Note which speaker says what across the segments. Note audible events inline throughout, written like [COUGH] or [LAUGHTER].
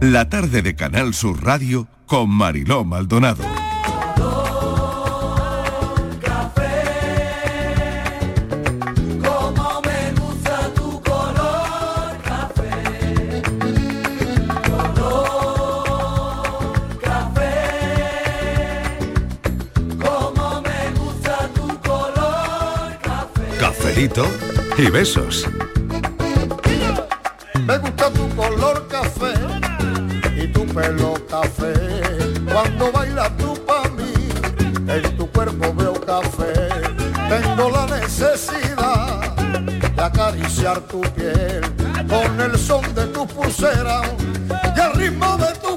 Speaker 1: La tarde de Canal Sur Radio con Mariló Maldonado.
Speaker 2: Como me gusta tu color café, color café. Como me gusta tu color café.
Speaker 3: Cafelito y besos.
Speaker 4: Me gusta tu color café y tu pelo café. Cuando bailas tú para mí, en tu cuerpo veo café. Tengo la necesidad de acariciar tu piel con el son de tu pulsera y el ritmo de tu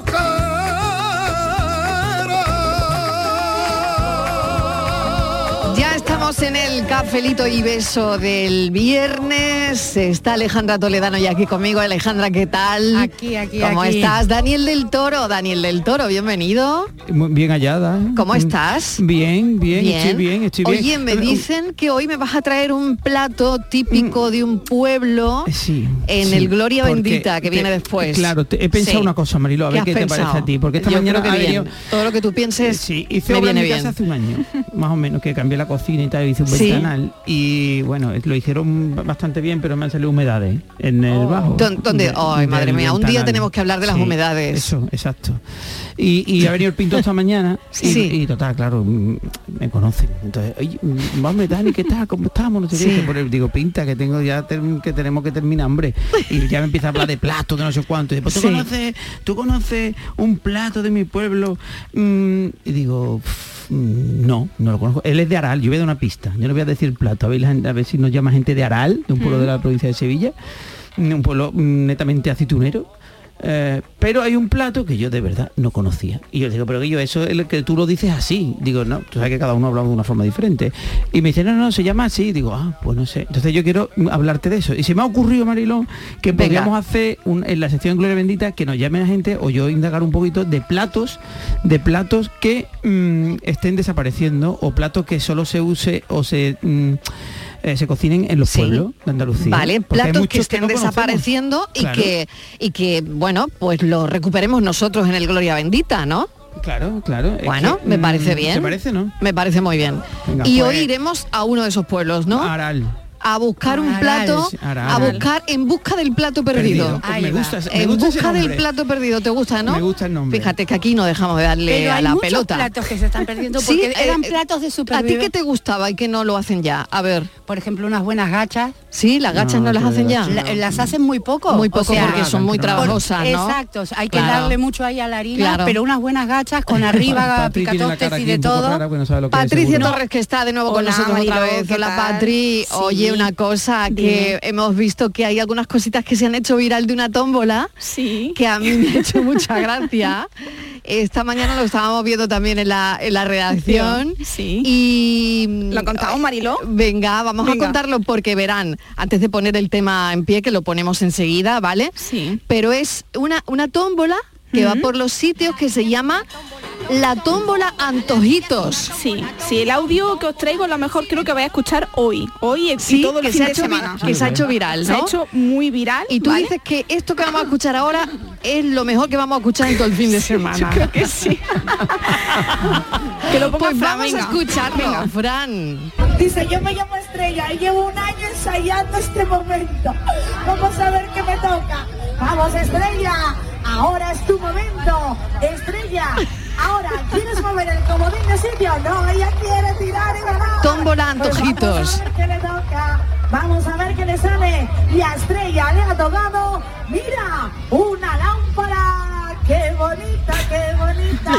Speaker 5: Ya estamos en el cafelito y beso del viernes. Está Alejandra Toledano ya aquí conmigo. Alejandra, ¿qué tal? Aquí, aquí, ¿Cómo
Speaker 6: aquí.
Speaker 5: estás? Daniel del Toro, Daniel del Toro, bienvenido.
Speaker 6: Muy Bien hallada. Mm,
Speaker 5: ¿Cómo estás?
Speaker 6: Bien, bien, estoy bien, estoy bien. Eh, uh.
Speaker 5: Oye, me dicen que hoy me vas a traer un plato típico de un pueblo en
Speaker 6: Mm. Eh, Sí,
Speaker 5: el Gloria
Speaker 6: porque
Speaker 5: Bendita que
Speaker 6: te-
Speaker 5: viene después.
Speaker 6: Claro, te- he pensado
Speaker 5: Sí.
Speaker 6: una cosa, Marilo, a ver qué,
Speaker 5: has
Speaker 6: te
Speaker 5: pensado?
Speaker 6: parece a ti. Porque esta
Speaker 5: Yo
Speaker 6: mañana
Speaker 5: creo que
Speaker 6: ha
Speaker 5: bien.
Speaker 6: venido-
Speaker 5: todo lo que tú pienses
Speaker 6: hice
Speaker 5: me
Speaker 6: obra en
Speaker 5: viene
Speaker 6: mi
Speaker 5: bien.
Speaker 6: casa hace un año, más o menos, que cambié la cocina y tal, hice un
Speaker 5: Sí.
Speaker 6: ventanal. Y bueno, lo hicieron bastante bien, pero me han salido humedades en el bajo.
Speaker 5: ¿Dó- Oh. dónde? Ay, madre
Speaker 6: del
Speaker 5: mía, un día
Speaker 6: ventanal.
Speaker 5: tenemos que hablar de las humedades.
Speaker 6: Eso, exacto. Y, y ha venido el pintor esta mañana y-
Speaker 5: [LAUGHS] Sí.
Speaker 6: y, total, claro, mm, me conocen. Entonces, oye, mm, hombre, Dani, ¿qué tal? ¿Cómo estamos? No sé qué,
Speaker 5: Sí.
Speaker 6: que por el- digo, pinta, que tengo ya ter- que tenemos que terminar, hombre. Y ya me empieza a hablar de plato, de no sé cuánto. Y después, Pues ¿tú
Speaker 7: Sí.
Speaker 6: conoces, tú conoces un plato de mi pueblo? Mm, y digo, "Pff, mm, no, no lo conozco. Él es de Aral, yo voy a dar una pista. Yo no voy a decir plato, a ver, la gente- a ver si nos llama gente de Aral, de un pueblo de la provincia de Sevilla, mm, un pueblo mm, netamente aceitunero. Eh, pero hay un plato que yo de verdad no conocía. Y yo digo, pero yo eso es lo que tú lo dices así. Digo, no, tú sabes que cada uno habla de una forma diferente. Y me dice, no, no, se llama así. Digo, ah, pues no sé. Entonces yo quiero mm, hablarte de eso. Y se me ha ocurrido, Marilón, que
Speaker 5: Venga.
Speaker 6: podríamos hacer un- en la sección Gloria Bendita que nos llame la gente o yo indagar un poquito de platos, de platos que mm, estén desapareciendo o platos que solo se use o se... mm, eh, se cocinen en los pueblos de Andalucía.
Speaker 5: Vale,
Speaker 6: Porque hay
Speaker 5: platos
Speaker 6: muchos
Speaker 5: que estén
Speaker 6: no conocemos.
Speaker 5: desapareciendo y
Speaker 6: Claro.
Speaker 5: que y que bueno, pues los recuperemos nosotros en el Gloria Bendita, ¿no?
Speaker 6: Claro, claro. es
Speaker 5: Bueno,
Speaker 6: que,
Speaker 5: me
Speaker 6: mm,
Speaker 5: parece bien.
Speaker 6: ¿Te parece, no?
Speaker 5: Me parece muy bien.
Speaker 6: Venga,
Speaker 5: y
Speaker 6: pues-
Speaker 5: hoy iremos a uno de esos pueblos, ¿no?
Speaker 6: Aral.
Speaker 5: A buscar un
Speaker 6: Aral,
Speaker 5: plato,
Speaker 6: sí, Aral.
Speaker 5: a buscar en busca del plato perdido.
Speaker 6: Perdido. Ahí Me va. gusta ese- me
Speaker 5: en
Speaker 6: gusta ese
Speaker 5: busca del
Speaker 6: nombre.
Speaker 5: plato perdido, ¿te gusta, no?
Speaker 6: Me gusta el nombre.
Speaker 5: Fíjate que aquí no dejamos de darle
Speaker 8: Pero
Speaker 5: a
Speaker 8: hay
Speaker 5: la
Speaker 8: muchos
Speaker 5: pelota.
Speaker 8: platos que se están perdiendo
Speaker 5: Sí,
Speaker 8: porque
Speaker 5: eh,
Speaker 8: eran
Speaker 5: eh,
Speaker 8: platos de
Speaker 5: ¿A ti qué
Speaker 8: supervivencia.
Speaker 5: te gustaba y que no lo hacen ya? A ver.
Speaker 8: Por ejemplo, unas buenas gachas.
Speaker 5: Sí, las gachas no, las hacen ya.
Speaker 8: La- las hacen muy poco.
Speaker 5: Muy
Speaker 8: o
Speaker 5: poco
Speaker 8: sea,
Speaker 5: porque son muy
Speaker 8: por-
Speaker 5: trabajosas, ¿no?
Speaker 8: Exacto, hay que
Speaker 5: Claro.
Speaker 8: darle mucho ahí a la harina,
Speaker 5: Claro.
Speaker 8: pero unas buenas gachas
Speaker 6: [LAUGHS]
Speaker 8: con arriba
Speaker 6: Patri tiene la cara
Speaker 8: picatostes y
Speaker 6: aquí
Speaker 8: de
Speaker 6: un poco
Speaker 8: todo.
Speaker 6: rara, porque no sabe lo que es,
Speaker 5: Patricia
Speaker 6: seguro.
Speaker 5: Torres que está de nuevo con
Speaker 8: Hola,
Speaker 5: nosotros otra
Speaker 8: Mariló,
Speaker 5: vez.
Speaker 8: ¿qué
Speaker 5: Hola
Speaker 8: tal?
Speaker 5: Patri,
Speaker 8: Sí.
Speaker 5: oye una cosa que
Speaker 8: Dime.
Speaker 5: hemos visto que hay algunas cositas que se han hecho viral de una tómbola que a mí me ha hecho mucha gracia. Esta mañana lo estábamos viendo también en la, en la redacción. Sí. Y ¿Lo contamos, Mariló? Venga, vamos a
Speaker 9: Venga.
Speaker 5: contarlo porque verán, antes de poner el tema en pie, que lo ponemos enseguida, ¿vale? Sí. Pero es una, una tómbola que va por los sitios que se llama la tómbola antojitos.
Speaker 9: Sí, sí, el audio que os traigo es lo mejor creo que vais a escuchar hoy. Hoy y
Speaker 5: Sí,
Speaker 9: todo el
Speaker 5: que
Speaker 9: fin
Speaker 5: se ha
Speaker 9: de
Speaker 5: hecho vi-
Speaker 9: semana.
Speaker 5: que se ha hecho viral,
Speaker 9: Se ha
Speaker 5: ¿no?
Speaker 9: hecho muy viral.
Speaker 5: Y tú
Speaker 9: ¿vale?
Speaker 5: dices que esto que vamos a escuchar ahora es lo mejor que vamos a escuchar en todo el fin de semana.
Speaker 9: yo creo que sí.
Speaker 5: que lo ponga
Speaker 9: Fran,
Speaker 5: Pues vamos
Speaker 9: venga.
Speaker 5: a escucharlo,
Speaker 9: Venga.
Speaker 5: Fran.
Speaker 10: Dice, yo me llamo Estrella y llevo un año ensayando este momento. Vamos a ver qué me toca. Vamos, Estrella, ahora es tu momento. Estrella, ahora, ¿quieres mover el comodín de sitio? No, ella quiere tirar y ganar.
Speaker 5: Tómbola
Speaker 10: Pues vamos a
Speaker 5: antojitos.
Speaker 10: ver qué le toca. Vamos a ver qué le sale. Y a Estrella le ha tocado, mira, una lámpara. ¡Qué bonita, qué bonita!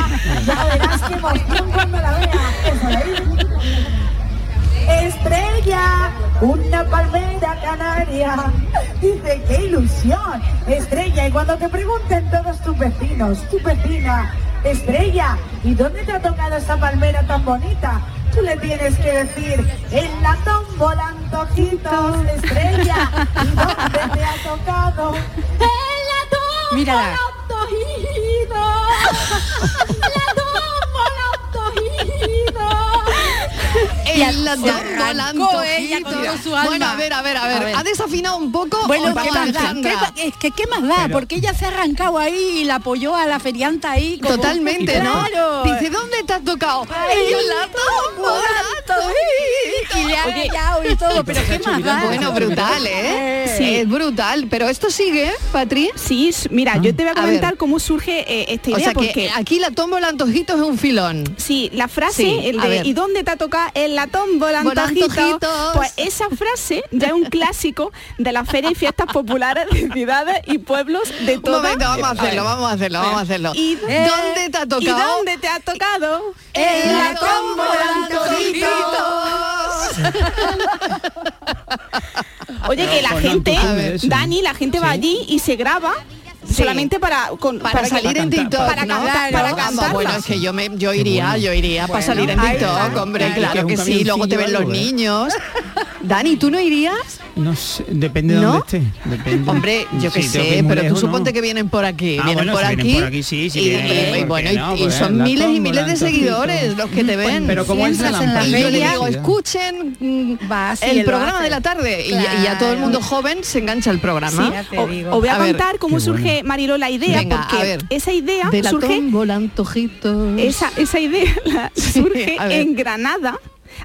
Speaker 10: Ya verás qué emoción cuando la vea. Eso, ahí. Estrella, una palmera canaria. Dice, qué ilusión. Estrella, y cuando te pregunten todos tus vecinos, tu vecina, Estrella, ¿y dónde te ha tocado esa palmera tan bonita? Tú le tienes que decir, en la tómbola, antojitos, Estrella, ¿y dónde te ha tocado? En la
Speaker 8: Mírala.
Speaker 10: antojitos. La tómbola, antojitos.
Speaker 5: En y las dos volando.
Speaker 8: ella con todo su alma.
Speaker 5: Bueno, a ver, a ver, a ver, ¿Ha desafinado un poco?
Speaker 8: Bueno,
Speaker 5: o
Speaker 8: ¿qué
Speaker 5: vamos,
Speaker 8: más da?
Speaker 5: Alejandra?
Speaker 8: ¿Qué va- es que ¿qué más da?
Speaker 5: Pero-
Speaker 8: Porque ella se ha arrancado ahí y la apoyó a la ferianta ahí. como-
Speaker 5: Totalmente, ¿no?
Speaker 8: Claro.
Speaker 5: Dice, ¿dónde te has tocado?
Speaker 8: Ay,
Speaker 5: En la tómbola,
Speaker 8: tómbola. Y le ha callado y todo, pero ¿qué más da?
Speaker 5: Bueno, brutal, ¿eh? Sí. Es brutal. Pero esto sigue, Patri.
Speaker 9: Sí, s- mira, yo te voy a
Speaker 5: ver.
Speaker 9: comentar cómo surge eh, esta
Speaker 5: O
Speaker 9: idea.
Speaker 5: sea que
Speaker 9: porque
Speaker 5: aquí la tómbola antojito es un filón.
Speaker 9: Sí, la frase,
Speaker 5: Sí,
Speaker 9: el
Speaker 5: a
Speaker 9: de,
Speaker 5: ver.
Speaker 9: ¿y dónde te ha tocado? En la tómbola,
Speaker 5: Por
Speaker 9: antojitos".
Speaker 5: antojitos.
Speaker 9: Pues esa frase ya es un clásico de las ferias y fiestas populares de ciudades y pueblos de
Speaker 5: Un
Speaker 9: todo.
Speaker 5: momento, vamos a hacerlo, vamos a hacerlo, vamos a hacerlo.
Speaker 9: ¿Y
Speaker 5: dónde te ha
Speaker 9: ¿Y
Speaker 5: tocado?
Speaker 9: dónde te ha tocado?
Speaker 5: En la
Speaker 9: tómbola, Oye, que la
Speaker 6: con la
Speaker 9: gente,
Speaker 6: antojada de eso.
Speaker 9: Dani, la gente va allí y se graba solamente para, con-
Speaker 5: Para, salir en
Speaker 6: cantar,
Speaker 5: TikTok,
Speaker 9: para
Speaker 5: ¿no? Ah,
Speaker 9: cantar, para cantarla.
Speaker 5: Bueno, es que yo me yo iría, yo iría para salir en
Speaker 8: ahí
Speaker 5: TikTok,
Speaker 8: está.
Speaker 5: hombre,
Speaker 6: Claro, que
Speaker 5: claro
Speaker 6: es
Speaker 5: que
Speaker 6: un
Speaker 5: sí, luego te ven los
Speaker 6: camioncillo o algo, ¿eh?
Speaker 5: niños. Dani, ¿tú no irías?
Speaker 6: No sé, depende de
Speaker 5: ¿No?
Speaker 6: dónde esté. Depende.
Speaker 5: Hombre, yo qué
Speaker 6: Sí, tengo que
Speaker 5: sé,
Speaker 6: ir muy
Speaker 5: pero tú
Speaker 6: lejos,
Speaker 5: suponte
Speaker 6: ¿no?
Speaker 5: que vienen por aquí,
Speaker 6: Ah,
Speaker 5: vienen,
Speaker 6: bueno,
Speaker 5: por,
Speaker 6: si vienen
Speaker 5: aquí,
Speaker 6: por aquí, sí, sí
Speaker 5: y-
Speaker 6: vienen,
Speaker 5: y- y,
Speaker 6: ¿por qué
Speaker 5: bueno, y-
Speaker 6: no?
Speaker 5: y
Speaker 6: Pues
Speaker 5: son
Speaker 6: la
Speaker 5: miles y
Speaker 6: tómbola,
Speaker 5: miles de
Speaker 6: entonces,
Speaker 5: seguidores los que te ven.
Speaker 6: Pero como
Speaker 8: Piensas
Speaker 6: entran
Speaker 8: en la
Speaker 5: y yo le
Speaker 8: feria.
Speaker 5: digo, escuchen mm,
Speaker 8: Va, sí,
Speaker 5: el
Speaker 8: lo
Speaker 5: programa
Speaker 8: hace.
Speaker 5: de la tarde y, ya- y ya todo el mundo joven se engancha al programa.
Speaker 8: Sí,
Speaker 9: O-
Speaker 8: digo.
Speaker 9: Os voy a,
Speaker 5: A ver.
Speaker 9: contar cómo
Speaker 6: Qué bueno.
Speaker 9: surge, Marilo, la idea,
Speaker 5: Venga, a
Speaker 9: porque
Speaker 5: ver.
Speaker 9: esa idea
Speaker 5: de la
Speaker 9: surge
Speaker 5: tómbola, antojitos.
Speaker 9: Esa, esa idea [LAUGHS] la-
Speaker 5: Sí,
Speaker 9: surge
Speaker 5: a ver.
Speaker 9: en Granada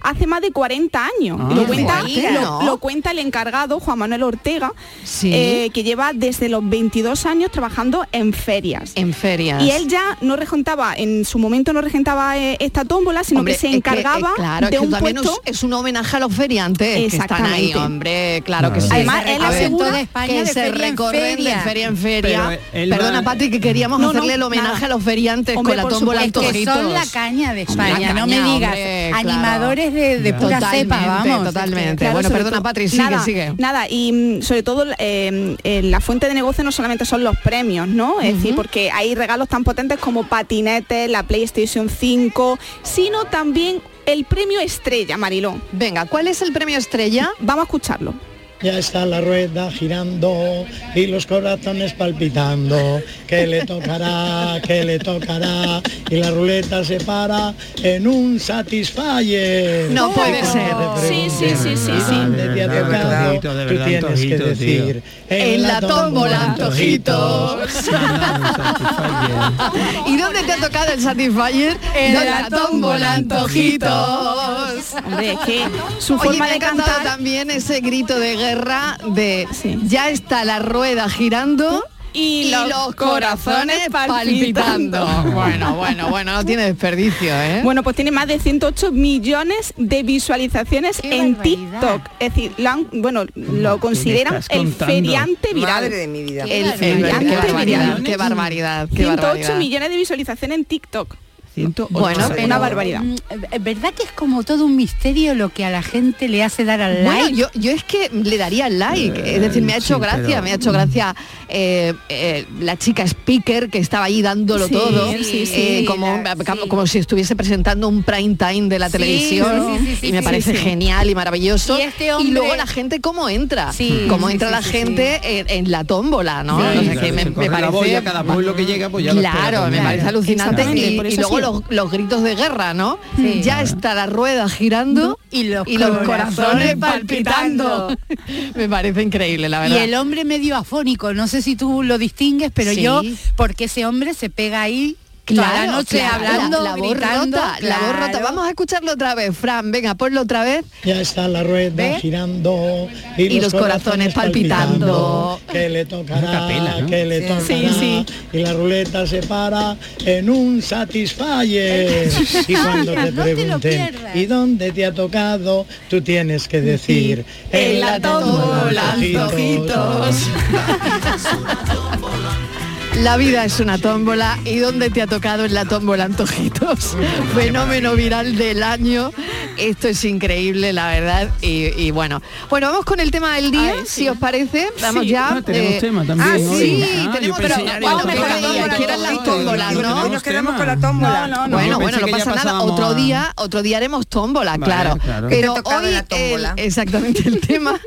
Speaker 9: hace más de 40 años.
Speaker 6: Ah,
Speaker 9: lo,
Speaker 6: qué
Speaker 9: cuenta,
Speaker 5: fuerte,
Speaker 9: lo-
Speaker 5: ¿eh? ¿no?
Speaker 9: lo cuenta el encargado, Juan Manuel Ortega,
Speaker 5: Sí.
Speaker 9: eh, que lleva desde los 22 años trabajando en ferias.
Speaker 5: en ferias.
Speaker 9: y él ya no regentaba, en su momento no regentaba eh, esta tómbola, sino
Speaker 5: Hombre,
Speaker 9: que se
Speaker 5: es que, eh,
Speaker 9: encargaba
Speaker 5: claro, es
Speaker 9: de
Speaker 5: que
Speaker 9: un
Speaker 5: también
Speaker 9: puesto...
Speaker 5: es, es un homenaje a los [LAUGHS] feriantes que están ahí,
Speaker 9: Exactamente.
Speaker 5: hombre, claro que sí.
Speaker 9: Además,
Speaker 5: A
Speaker 9: él
Speaker 5: ver,
Speaker 8: asegura
Speaker 5: que
Speaker 8: España de
Speaker 5: se
Speaker 8: feria en
Speaker 5: recorren
Speaker 8: feria.
Speaker 5: de feria en
Speaker 6: Pero,
Speaker 5: feria.
Speaker 6: eh, él
Speaker 5: Perdona,
Speaker 6: va-
Speaker 5: Patri, que queríamos
Speaker 9: No, no,
Speaker 5: hacerle el homenaje
Speaker 9: nada.
Speaker 5: a los feriantes
Speaker 9: Hombre,
Speaker 5: con la
Speaker 9: por
Speaker 5: tómbola
Speaker 8: Es que
Speaker 5: antojitos.
Speaker 8: son la caña de
Speaker 5: Hombre,
Speaker 8: España,
Speaker 5: la
Speaker 8: no me
Speaker 5: caña,
Speaker 8: digas.
Speaker 5: hombre, claro.
Speaker 8: Animadores de, de pura cepa,
Speaker 5: Totalmente,
Speaker 8: vamos.
Speaker 5: totalmente.
Speaker 9: Claro,
Speaker 5: bueno,
Speaker 9: sobre
Speaker 5: perdona,
Speaker 9: todo-
Speaker 5: Patri, sigue,
Speaker 9: nada,
Speaker 5: sigue.
Speaker 9: Nada, y mm, sobre todo eh, eh, la fuente de negocio no solamente son los premios, ¿no? Es decir, porque hay regalos tan potentes como patinetes, la PlayStation 5, sino también el premio estrella, Marilón.
Speaker 5: Venga, ¿cuál es el premio estrella?
Speaker 9: Vamos a escucharlo.
Speaker 7: Ya está la rueda girando y los corazones palpitando, que le tocará, que le tocará, y la ruleta se para en un satisfayer.
Speaker 5: No puede
Speaker 7: cuando
Speaker 5: ser.
Speaker 7: te
Speaker 9: Sí, sí,
Speaker 7: pregunten
Speaker 9: sí, sí,
Speaker 6: sí.
Speaker 7: dónde te ha
Speaker 6: De verdad,
Speaker 7: tocado,
Speaker 6: Antojito, de
Speaker 7: tú
Speaker 6: verdad,
Speaker 7: tienes
Speaker 6: Antojito,
Speaker 7: que decir,
Speaker 5: En la tómbola, Antojitos. ¿Y dónde te ha tocado el Satisfyer? En
Speaker 8: la tómbola,
Speaker 5: antojitos.
Speaker 9: Hombre, es que su
Speaker 5: Oye,
Speaker 9: forma
Speaker 5: me ha
Speaker 9: de
Speaker 5: encantado
Speaker 9: cantar...
Speaker 5: también ese grito de guerra de
Speaker 9: Sí.
Speaker 5: ya está la rueda girando
Speaker 9: Y los corazones palpitando.
Speaker 5: bueno, bueno, bueno, no tiene desperdicio, ¿eh?
Speaker 9: Bueno, pues tiene más de 108 millones de visualizaciones
Speaker 8: ¡Qué
Speaker 9: en
Speaker 8: barbaridad!
Speaker 9: TikTok. Es decir, lo han- bueno, lo
Speaker 6: me
Speaker 9: consideran
Speaker 6: estás
Speaker 9: el
Speaker 6: contando?
Speaker 9: feriante viral.
Speaker 2: mi vida.
Speaker 5: El- el-
Speaker 8: barbaridad,
Speaker 5: qué,
Speaker 9: qué
Speaker 5: barbaridad,
Speaker 9: barbaridad.
Speaker 5: qué barbaridad, qué
Speaker 9: 108
Speaker 5: barbaridad.
Speaker 9: millones de visualizaciones en TikTok.
Speaker 6: 108.
Speaker 5: Bueno,
Speaker 9: Una
Speaker 5: pero-
Speaker 9: barbaridad.
Speaker 8: Mm, eh, ¿Verdad que es como todo un misterio lo que a la gente le hace dar al
Speaker 5: Bueno,
Speaker 8: like?
Speaker 5: yo, yo es que le daría like, es decir, me ha
Speaker 6: Eh,
Speaker 5: hecho
Speaker 6: sí,
Speaker 5: gracia,
Speaker 6: pero-
Speaker 5: me ha hecho gracia eh, eh, la chica speaker que estaba ahí dándolo
Speaker 9: Sí,
Speaker 5: todo,
Speaker 9: sí,
Speaker 5: eh,
Speaker 8: sí,
Speaker 5: como,
Speaker 8: la-
Speaker 5: como-
Speaker 8: sí.
Speaker 5: como si estuviese presentando un prime time de la
Speaker 8: Sí,
Speaker 5: televisión,
Speaker 8: sí, sí, sí,
Speaker 5: y me
Speaker 8: sí,
Speaker 5: parece
Speaker 8: sí.
Speaker 5: genial y maravilloso.
Speaker 8: Y este hombre-
Speaker 5: luego la gente cómo entra,
Speaker 8: Sí,
Speaker 5: cómo
Speaker 8: sí,
Speaker 5: entra
Speaker 8: sí,
Speaker 5: la
Speaker 8: sí,
Speaker 5: gente En, en la tómbola, ¿no?
Speaker 6: Sí,
Speaker 5: O sea,
Speaker 6: claro,
Speaker 5: que me,
Speaker 6: se
Speaker 5: me
Speaker 6: corre la
Speaker 5: parece...
Speaker 6: boya, cada pueblo que llega, pues ya lo espera
Speaker 5: claro,
Speaker 6: todo el
Speaker 5: me
Speaker 6: mundo.
Speaker 5: parece alucinante. Y,
Speaker 9: Exactamente, por
Speaker 5: y
Speaker 9: eso
Speaker 5: luego
Speaker 9: sí.
Speaker 5: los, los gritos de guerra, ¿no?
Speaker 8: Sí.
Speaker 5: Ya está la rueda girando
Speaker 8: Y los corazones
Speaker 5: [LAUGHS] me parece increíble, la
Speaker 8: Y
Speaker 5: verdad.
Speaker 8: el hombre medio afónico, no sé si tú lo distingues, pero
Speaker 5: Sí.
Speaker 8: yo, porque ese hombre se pega ahí toda la noche
Speaker 5: claro,
Speaker 8: hablando,
Speaker 5: la, la voz
Speaker 8: gritando,
Speaker 5: rota, la voz rota.
Speaker 8: claro.
Speaker 5: Vamos a escucharlo otra vez, Fran, venga, ponlo otra vez.
Speaker 7: Ya está la rueda
Speaker 5: ¿Ve?
Speaker 7: girando y,
Speaker 5: Y los corazones palpitando.
Speaker 7: Que le
Speaker 6: Una
Speaker 7: tocará,
Speaker 6: capela, ¿no?
Speaker 7: que le
Speaker 8: Sí.
Speaker 7: tocará.
Speaker 9: Sí,
Speaker 7: Y la ruleta se para en un satisfyer. y cuando te
Speaker 8: No te lo
Speaker 7: pregunten,
Speaker 8: pierdas.
Speaker 7: ¿y dónde te ha tocado? Tú tienes que decir,
Speaker 5: En la tómbola, antojitos". La vida es una tómbola y ¿dónde te ha tocado en la tómbola antojitos? Fenómeno viral del año. Esto es increíble, la verdad. Y, y bueno, bueno, vamos con el tema del día,
Speaker 9: Ay, sí.
Speaker 5: si os parece. Vamos
Speaker 9: Sí.
Speaker 5: ya.
Speaker 6: Ah, tenemos tema también
Speaker 5: Ah,
Speaker 6: hoy.
Speaker 5: sí,
Speaker 6: Ah, yo
Speaker 5: tenemos,
Speaker 6: pensé
Speaker 5: pero
Speaker 6: que
Speaker 5: vamos
Speaker 6: había
Speaker 5: mejor
Speaker 6: tocado
Speaker 5: ahí,
Speaker 6: la
Speaker 5: que eran las tómbolas,
Speaker 11: Digo,
Speaker 5: ¿no?
Speaker 11: hoy Nos quedamos con la tómbola.
Speaker 5: No, no, no. Bueno, bueno, no pasa nada. Otro día, otro día haremos tómbola,
Speaker 11: Vale,
Speaker 5: claro.
Speaker 11: claro.
Speaker 5: Pero
Speaker 11: Te ha tocado
Speaker 5: hoy
Speaker 11: la tómbola.
Speaker 5: el- exactamente el [LAUGHS] tema.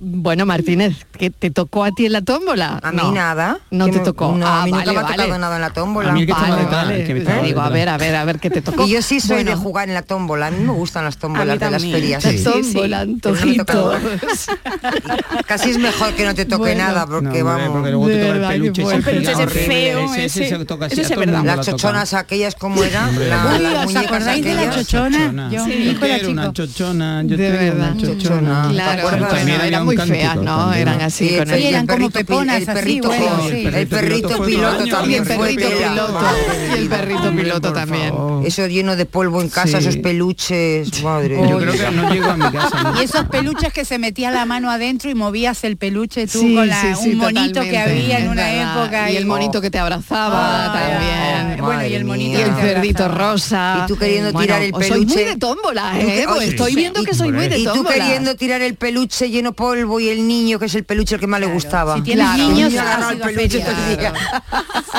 Speaker 5: bueno, Martínez, que te tocó a ti en la tómbola.
Speaker 11: A mí nada.
Speaker 5: No
Speaker 11: Que
Speaker 5: te
Speaker 11: me-
Speaker 5: tocó.
Speaker 11: no, a
Speaker 5: Ah,
Speaker 11: mí nunca
Speaker 5: vale,
Speaker 11: me ha tocado
Speaker 5: vale.
Speaker 11: nada en la tómbola.
Speaker 5: A mí el que estaba Vale, detrás, vale. el que me estaba
Speaker 11: Digo, a
Speaker 5: detrás.
Speaker 11: ver,
Speaker 5: a ver, a ver, ¿qué te tocó?
Speaker 11: Y yo sí soy
Speaker 5: Bueno.
Speaker 11: de jugar en la tómbola. A mí me gustan las tómbolas de las
Speaker 5: también.
Speaker 11: ferias.
Speaker 5: La tómbola,
Speaker 11: Pero no me toca
Speaker 5: antojito.
Speaker 11: nada. Casi es mejor que no te toque
Speaker 6: Bueno.
Speaker 11: nada, porque
Speaker 6: No, hombre,
Speaker 11: vamos.
Speaker 6: porque luego te De toca el verdad que peluche ese fue. El peluche ese
Speaker 11: horrible.
Speaker 6: feo, Ese- ese ese- se toca así, ese a es todo el verdad. mundo
Speaker 11: Las
Speaker 6: la toca.
Speaker 11: chochonas aquellas, como era?
Speaker 6: Hombre.
Speaker 11: La-
Speaker 6: Uy,
Speaker 11: Las
Speaker 6: ¿os
Speaker 11: muñecas
Speaker 6: acordáis de la
Speaker 11: aquellas.
Speaker 6: chochona? Chochona. Yo- Yo hijo era quiero chico. una chochona, yo De tenía una verdad. chochona. Claro,
Speaker 11: ¿Te acuerdas?
Speaker 6: bueno, También había eran un muy cántico feas, ¿no? también, Eran ¿no? así,
Speaker 11: Sí,
Speaker 6: con
Speaker 11: el-
Speaker 6: el-
Speaker 11: el
Speaker 6: eran como
Speaker 11: perrito pi-
Speaker 6: peponas
Speaker 11: El
Speaker 6: así,
Speaker 11: perrito
Speaker 6: bueno,
Speaker 11: piloto,
Speaker 6: sí.
Speaker 11: El perrito piloto
Speaker 5: Y el
Speaker 11: también fue
Speaker 5: perrito
Speaker 11: pela.
Speaker 5: piloto. Y el perrito piloto también.
Speaker 11: Eso lleno de polvo en casa,
Speaker 6: Oh. Sí.
Speaker 11: esos peluches,
Speaker 6: [LAUGHS]
Speaker 11: madre.
Speaker 6: Yo creo que no llego a mi casa. ¿no?
Speaker 8: Y esos peluches que se metía la mano adentro y movías el peluche tú
Speaker 5: Sí,
Speaker 8: con la-
Speaker 5: sí, sí,
Speaker 8: un monito
Speaker 5: totalmente.
Speaker 8: que había en
Speaker 5: Es
Speaker 8: una
Speaker 5: verdad.
Speaker 8: época. Ah,
Speaker 5: Y el monito que te abrazaba Ah, también.
Speaker 8: bueno, y el monito.
Speaker 5: Y el cerdito rosa.
Speaker 11: Y tú queriendo
Speaker 5: Bueno,
Speaker 11: tirar el
Speaker 5: os
Speaker 11: peluche.
Speaker 5: sois muy de tómbola,
Speaker 11: Tú
Speaker 5: ¿eh?
Speaker 11: que-
Speaker 5: Pues
Speaker 11: oye,
Speaker 5: estoy
Speaker 11: sí.
Speaker 5: viendo que soy muy de
Speaker 11: Y tú
Speaker 5: tómbola.
Speaker 11: queriendo tirar el peluche lleno polvo y el niño, que es el peluche el que más le gustaba.
Speaker 5: Si tienes Claro. niños,
Speaker 11: Y
Speaker 5: ha
Speaker 11: agarraba el
Speaker 5: sido
Speaker 11: peluche
Speaker 5: feria.
Speaker 11: todo el día.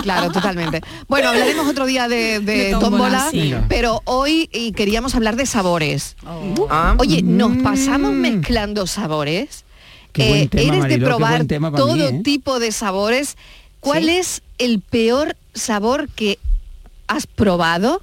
Speaker 5: Claro, totalmente. Bueno, hablaremos otro día de, de
Speaker 11: De tómbola,
Speaker 5: tómbola,
Speaker 11: sí. Venga.
Speaker 5: pero hoy y queríamos hablar de sabores.
Speaker 11: Oh. Ah.
Speaker 5: Oye,
Speaker 11: Mm.
Speaker 5: nos pasamos mezclando sabores. Eh,
Speaker 6: Qué buen tema,
Speaker 5: eres
Speaker 6: Mariló,
Speaker 5: de
Speaker 6: qué
Speaker 5: probar
Speaker 6: buen tema para
Speaker 5: todo
Speaker 6: mí, ¿eh?
Speaker 5: tipo de sabores. ¿Cuál es el peor sabor que has probado?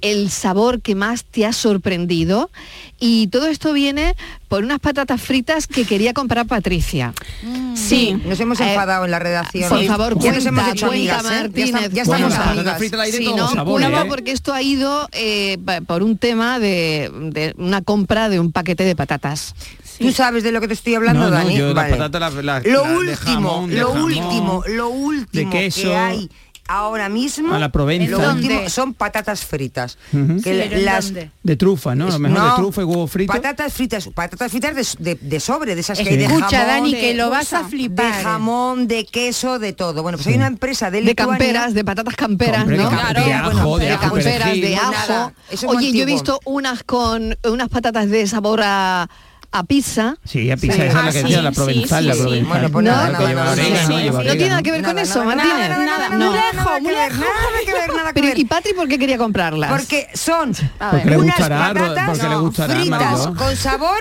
Speaker 5: El sabor que más te ha sorprendido. Y todo esto viene por unas patatas fritas que quería comprar Patricia.
Speaker 11: Mm.
Speaker 5: Sí. Eh,
Speaker 11: Nos hemos enfadado en la redacción.
Speaker 5: Por favor,
Speaker 11: ya
Speaker 5: cuenta,
Speaker 11: nos hemos hecho
Speaker 5: cuenta,
Speaker 11: amigas, ¿eh? Ya
Speaker 5: Martínez.
Speaker 11: está- Ya estamos
Speaker 5: cuenta.
Speaker 11: amigas.
Speaker 5: Sí, no,
Speaker 6: ¿eh?
Speaker 11: ¿eh?
Speaker 5: cuenta, porque esto ha ido eh, pa- por un tema de, de una compra de un paquete de patatas.
Speaker 11: Tú sabes de lo que te estoy hablando,
Speaker 6: No, no,
Speaker 11: Dani.
Speaker 6: yo las
Speaker 11: Vale.
Speaker 6: patatas las- las-
Speaker 11: lo
Speaker 6: las de
Speaker 11: último,
Speaker 6: jamón, de
Speaker 11: lo
Speaker 6: jamón,
Speaker 11: último, lo
Speaker 6: de
Speaker 11: último
Speaker 6: queso.
Speaker 11: que hay ahora mismo.
Speaker 6: A la Provenza.
Speaker 11: Lo último
Speaker 6: ¿Dónde?
Speaker 11: son patatas fritas.
Speaker 6: Ujú.
Speaker 11: Que las
Speaker 6: De trufa, ¿no? A lo mejor
Speaker 11: No.
Speaker 6: de trufa y huevo frito.
Speaker 11: patatas fritas, patatas fritas de, de- de sobre, de esas que
Speaker 6: Sí.
Speaker 11: hay de
Speaker 6: Escucha,
Speaker 11: jamón,
Speaker 8: Dani,
Speaker 11: de-
Speaker 8: que lo vas a flipar.
Speaker 11: De jamón, de queso, de todo. Bueno, pues hay
Speaker 6: Sí.
Speaker 11: una empresa de
Speaker 5: De
Speaker 11: Lituania-
Speaker 5: camperas, de patatas camperas,
Speaker 6: Hombre,
Speaker 5: ¿no?
Speaker 6: de Claro. ajo, de
Speaker 5: de
Speaker 6: ajo,
Speaker 5: camperas,
Speaker 6: perejil.
Speaker 5: de
Speaker 6: Pues
Speaker 5: ajo.
Speaker 11: nada, eso es muy
Speaker 5: Oye, yo he
Speaker 11: antiguo.
Speaker 5: visto unas con unas patatas de sabor a, a pizza.
Speaker 6: Sí, a pizza, esa es la que
Speaker 5: Ah,
Speaker 6: decía,
Speaker 5: sí,
Speaker 6: la provenzal,
Speaker 5: sí,
Speaker 6: la
Speaker 5: sí.
Speaker 6: provenzal.
Speaker 5: Bueno, pues nada,
Speaker 6: La que
Speaker 5: nada,
Speaker 6: lleva
Speaker 5: nada,
Speaker 6: orégano,
Speaker 5: sí, sí.
Speaker 6: lleva
Speaker 5: No
Speaker 6: orégano.
Speaker 5: tiene nada que ver con eso, Martínez. No.
Speaker 11: Muy lejos, muy lejos. Nada que ver, nada que
Speaker 5: Pero,
Speaker 11: ver.
Speaker 5: ¿Y Patri por qué quería comprarlas?
Speaker 11: Porque son
Speaker 5: A
Speaker 6: [LAUGHS] Porque le
Speaker 11: unas
Speaker 6: gustará, Ro-
Speaker 11: patatas
Speaker 6: porque le gustará,
Speaker 11: fritas
Speaker 6: Mariló.
Speaker 11: con sabor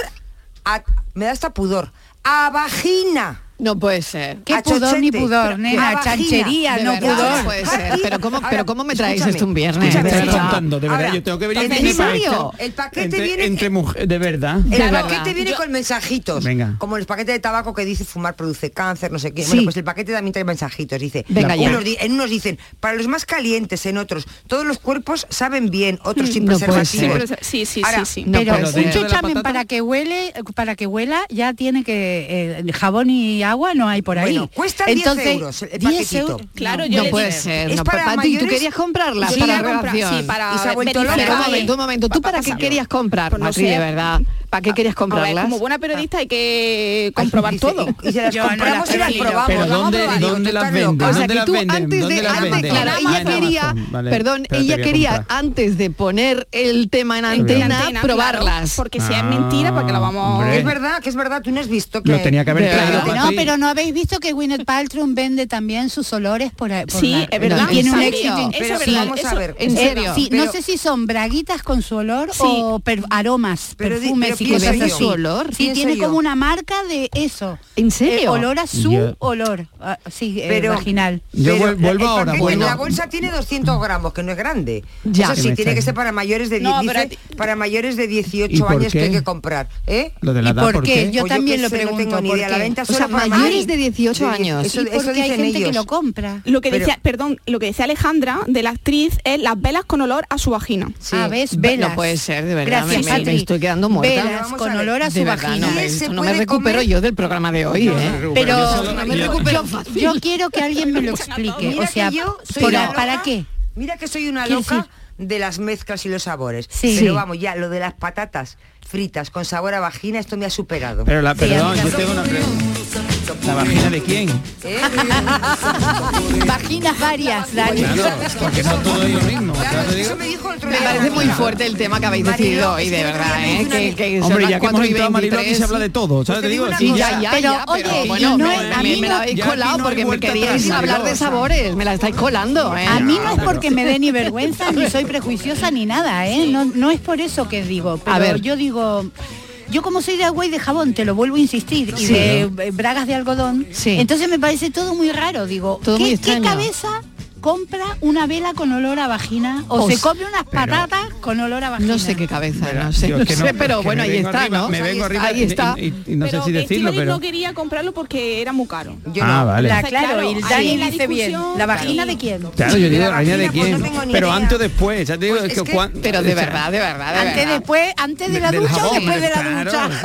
Speaker 11: a... Me da hasta pudor. A vagina.
Speaker 5: No puede ser.
Speaker 8: Qué pudor ni pudor, nena, chanchería,
Speaker 5: De
Speaker 8: no
Speaker 5: verdad,
Speaker 8: pudor.
Speaker 5: no puede ser.
Speaker 11: [LAUGHS]
Speaker 5: Pero cómo, pero cómo me traéis
Speaker 11: pues, escúchame,
Speaker 5: esto un viernes.
Speaker 6: Me
Speaker 5: De
Speaker 6: estás
Speaker 5: verdad.
Speaker 6: contando, de verdad,
Speaker 11: Ahora,
Speaker 6: yo tengo que venir
Speaker 11: ¿en
Speaker 6: aquí para
Speaker 11: serio?
Speaker 6: esto.
Speaker 11: El paquete
Speaker 6: entre,
Speaker 11: viene-
Speaker 6: entre mujer, de verdad.
Speaker 11: El
Speaker 5: Claro.
Speaker 11: paquete viene
Speaker 5: Yo-
Speaker 11: con mensajitos,
Speaker 6: Venga.
Speaker 11: como el paquete de tabaco que dice fumar produce cáncer, no sé qué.
Speaker 5: Sí.
Speaker 11: Bueno, pues el paquete también trae mensajitos, dice.
Speaker 5: Venga ya.
Speaker 11: unos di- en unos dicen, para los más calientes, en otros, todos los cuerpos saben bien,
Speaker 5: [LAUGHS]
Speaker 11: otros sin
Speaker 5: No puede
Speaker 11: preservativos.
Speaker 5: ser.
Speaker 9: Sí, sí,
Speaker 11: Ahora,
Speaker 9: sí, sí.
Speaker 8: pero
Speaker 6: pero
Speaker 8: un
Speaker 6: dentro de la
Speaker 8: chuchamen
Speaker 6: patata-
Speaker 8: para que huele, para que huela, ya tiene que eh, el jabón y agua no hay por ahí.
Speaker 11: Bueno, cuesta 10 euros el
Speaker 8: 10
Speaker 11: paquetito.
Speaker 8: euros,
Speaker 9: Claro,
Speaker 5: No
Speaker 9: yo le
Speaker 5: puede
Speaker 9: dije-
Speaker 5: ser.
Speaker 11: Es
Speaker 5: No,
Speaker 11: para
Speaker 5: Pati, ¿tú
Speaker 11: mayores-
Speaker 5: querías comprarlas
Speaker 9: Sí,
Speaker 5: para
Speaker 9: la compra-
Speaker 5: relación?
Speaker 9: sí, para
Speaker 11: Y se ha vuelto
Speaker 9: verificar.
Speaker 5: Pero un
Speaker 11: loca.
Speaker 5: momento, un momento. ¿Tú para qué querías comprar,
Speaker 9: Pues no
Speaker 5: Patri,
Speaker 9: sé. Ah,
Speaker 5: de verdad? ¿Para qué querías
Speaker 9: A ver,
Speaker 5: comprarlas? Ah.
Speaker 9: como buena periodista hay que comprobar
Speaker 11: dice,
Speaker 9: todo.
Speaker 11: y- y se las
Speaker 9: Yo no
Speaker 11: compramos
Speaker 9: las
Speaker 11: y las
Speaker 9: prefiero.
Speaker 11: probamos.
Speaker 6: Pero
Speaker 11: vamos a
Speaker 6: ¿dónde,
Speaker 11: probar, digo,
Speaker 6: ¿dónde
Speaker 11: tú
Speaker 6: las
Speaker 11: estás
Speaker 6: venden?
Speaker 11: loca.
Speaker 5: O sea,
Speaker 6: ¿Dónde
Speaker 5: que
Speaker 6: las
Speaker 5: tú
Speaker 6: venden?
Speaker 5: antes
Speaker 6: ¿Dónde
Speaker 5: de...
Speaker 6: las
Speaker 5: ah,
Speaker 6: venden?
Speaker 5: claro,
Speaker 6: Ah,
Speaker 5: ella
Speaker 6: en
Speaker 5: quería,
Speaker 6: Amazon, vale.
Speaker 5: perdón,
Speaker 6: Espérate,
Speaker 5: ella
Speaker 6: voy a
Speaker 5: quería,
Speaker 6: comprar.
Speaker 5: antes de poner el tema en
Speaker 9: En
Speaker 5: antena,
Speaker 9: antena,
Speaker 5: probarlas. Ah,
Speaker 9: claro, porque si es mentira, ¿para qué lo vamos?
Speaker 6: Ah, Hombre.
Speaker 11: Es verdad, que es verdad, tú no has visto que...
Speaker 6: Lo tenía que haber
Speaker 5: Pero-
Speaker 6: traído para
Speaker 8: No,
Speaker 6: ti.
Speaker 8: pero no habéis visto que Gwyneth Paltrow vende también sus olores por, ahí- por
Speaker 9: Sí,
Speaker 8: la-
Speaker 9: es verdad.
Speaker 8: y Tiene un
Speaker 9: ¿En
Speaker 8: éxito.
Speaker 9: serio?
Speaker 8: in-
Speaker 9: Eso es
Speaker 8: sí.
Speaker 9: verdad,
Speaker 11: vamos a
Speaker 9: eso-
Speaker 11: ver.
Speaker 5: ¿En
Speaker 8: Eh,
Speaker 5: serio?
Speaker 8: sí,
Speaker 11: Pero-
Speaker 8: no sé si son braguitas con su olor
Speaker 9: Sí.
Speaker 8: o per- aromas,
Speaker 11: Pero di-
Speaker 8: perfumes
Speaker 11: pero
Speaker 8: y
Speaker 11: pienso
Speaker 8: cosas
Speaker 11: yo.
Speaker 8: así.
Speaker 11: Su
Speaker 5: olor,
Speaker 8: Sí,
Speaker 11: pienso
Speaker 8: tiene
Speaker 11: yo.
Speaker 8: como una marca de eso.
Speaker 5: ¿En
Speaker 8: Eh,
Speaker 5: serio?
Speaker 8: olor a su
Speaker 6: Yo-
Speaker 8: olor. ah, sí, eh,
Speaker 11: Pero-
Speaker 8: vaginal.
Speaker 6: Yo
Speaker 11: Pero
Speaker 6: vuel- vuelvo
Speaker 11: el
Speaker 6: ahora,
Speaker 11: paquete
Speaker 6: vuelvo.
Speaker 11: de La bolsa tiene 200 gramos, que no es grande.
Speaker 5: Ya.
Speaker 11: Eso
Speaker 6: Que
Speaker 11: sí, tiene
Speaker 6: me
Speaker 11: que
Speaker 6: extraña.
Speaker 11: ser para mayores de, 10,
Speaker 9: No, pero
Speaker 11: dice,
Speaker 9: a ti-
Speaker 11: para mayores de
Speaker 6: ¿Y
Speaker 11: 18
Speaker 6: por
Speaker 11: años que hay
Speaker 6: qué?
Speaker 11: que comprar. ¿eh?
Speaker 6: Lo de la
Speaker 8: ¿Y
Speaker 6: edad,
Speaker 8: por
Speaker 6: ¿por
Speaker 8: qué?
Speaker 6: qué?
Speaker 8: Yo
Speaker 11: O
Speaker 8: también lo
Speaker 11: qué sé, No tengo
Speaker 8: pregunto,
Speaker 11: ni
Speaker 8: ¿por
Speaker 11: idea. La
Speaker 8: qué?
Speaker 11: venta
Speaker 8: O
Speaker 11: solo
Speaker 5: sea,
Speaker 11: para
Speaker 5: mayores de
Speaker 11: Sí,
Speaker 5: 18 años.
Speaker 11: Eso,
Speaker 8: Y
Speaker 11: eso
Speaker 8: porque hay
Speaker 11: dicen
Speaker 8: gente
Speaker 11: ellos.
Speaker 8: que lo compra.
Speaker 9: Lo que
Speaker 11: Pero-
Speaker 9: decía, perdón, lo que decía Alejandra de la actriz es las velas con olor a su vagina.
Speaker 11: Sí.
Speaker 8: A ver, Ah, velas.
Speaker 5: No puede ser, de verdad, me-
Speaker 8: Gracias,
Speaker 5: me, me
Speaker 8: Patri.
Speaker 5: estoy quedando muerta.
Speaker 8: Velas
Speaker 11: Vamos
Speaker 8: con
Speaker 11: a ver.
Speaker 8: olor a su
Speaker 5: De verdad,
Speaker 8: vagina.
Speaker 5: no me,
Speaker 11: ¿Se
Speaker 5: esto no me
Speaker 11: puede
Speaker 5: recupero
Speaker 11: comer?
Speaker 5: yo del programa de hoy, ¿eh?
Speaker 8: Pero
Speaker 6: Yo solo-
Speaker 5: No me
Speaker 6: yo-
Speaker 5: recupero
Speaker 8: yo quiero que alguien me lo explique.
Speaker 11: Mira
Speaker 8: O
Speaker 11: que
Speaker 8: sea,
Speaker 11: yo soy
Speaker 8: por-
Speaker 11: una loca-
Speaker 8: ¿para
Speaker 6: Eh,
Speaker 8: qué?
Speaker 11: Mira que soy una
Speaker 8: Quiero
Speaker 11: loca
Speaker 8: decir-
Speaker 11: de las mezclas y los sabores.
Speaker 8: Sí.
Speaker 11: Pero
Speaker 8: Sí.
Speaker 11: vamos, ya, lo de las patatas fritas con sabor a vagina, esto me ha superado.
Speaker 6: Pero la,
Speaker 8: Sí,
Speaker 6: perdón,
Speaker 8: amiga.
Speaker 6: yo tengo una pregunta. ¿La vagina de quién? eh.
Speaker 8: [LAUGHS]
Speaker 5: Vaginas varias, Dani.
Speaker 6: porque no todo es lo mismo.
Speaker 5: Me parece muy fuerte el tema que habéis decidido hoy, de verdad, ¿eh? Que, que son
Speaker 6: Hombre,
Speaker 5: las
Speaker 6: ya que hemos
Speaker 5: 4 y
Speaker 6: entrado a Mariló, aquí se
Speaker 5: 23.
Speaker 6: habla de todo, ¿sabes? Te digo,
Speaker 5: Sí,
Speaker 6: sí,
Speaker 5: ya, ya,
Speaker 6: pero
Speaker 5: ya, pero
Speaker 8: oye,
Speaker 5: bueno,
Speaker 8: no
Speaker 5: me,
Speaker 8: es- a
Speaker 5: me-
Speaker 8: mí
Speaker 5: me
Speaker 8: no-
Speaker 5: la habéis
Speaker 8: ya aquí
Speaker 5: colado
Speaker 8: no hay
Speaker 5: porque me
Speaker 8: vuelta
Speaker 5: queríais
Speaker 8: atrás,
Speaker 5: hablar de
Speaker 8: Mariló,
Speaker 5: sabores, me la estáis colando, ¿eh?
Speaker 8: A mí no es porque me dé ni vergüenza, [LAUGHS] ni soy prejuiciosa, ni nada, ¿eh? No, no es por eso que digo. Pero
Speaker 5: A ver.
Speaker 8: yo digo... Yo como soy de agua y de jabón, te lo vuelvo a insistir, y
Speaker 5: Sí.
Speaker 8: de eh, bragas de algodón, entonces me parece todo muy raro. Digo,
Speaker 5: Todo
Speaker 8: ¿qué,
Speaker 5: muy
Speaker 8: qué
Speaker 5: extraño.
Speaker 8: cabeza compra una vela con olor a vagina? O,
Speaker 5: O
Speaker 8: se
Speaker 5: s-
Speaker 8: come unas
Speaker 5: Pues, pero-
Speaker 8: patatas con olor a vagina.
Speaker 5: No sé qué cabeza, no sé, no sé, pero bueno, ahí está, ¿no?
Speaker 6: Me
Speaker 5: Ahí está,
Speaker 6: vengo arriba
Speaker 5: ahí está.
Speaker 6: y, y- y no sé si decirlo,
Speaker 9: Estíbaliz
Speaker 6: pero...
Speaker 9: no quería comprarlo porque era muy caro.
Speaker 6: Yo Ah, no. vale.
Speaker 8: La- claro, y
Speaker 9: Ahí
Speaker 8: Dani
Speaker 9: la
Speaker 8: dice bien,
Speaker 9: discusión-
Speaker 8: ¿la vagina de quién?
Speaker 6: Claro, yo digo,
Speaker 8: La
Speaker 6: la línea de
Speaker 8: vagina, pues,
Speaker 6: quién,
Speaker 8: no tengo ni
Speaker 6: pero
Speaker 8: idea. Pues
Speaker 6: antes o después, ya te digo, es que cuan-
Speaker 5: Pero de
Speaker 6: o sea,
Speaker 5: verdad, de verdad, de
Speaker 8: Antes,
Speaker 5: verdad.
Speaker 8: después, antes de la
Speaker 6: Del
Speaker 8: ducha o
Speaker 6: jabón,
Speaker 8: después de la
Speaker 6: claro,
Speaker 8: ducha.
Speaker 5: Claro,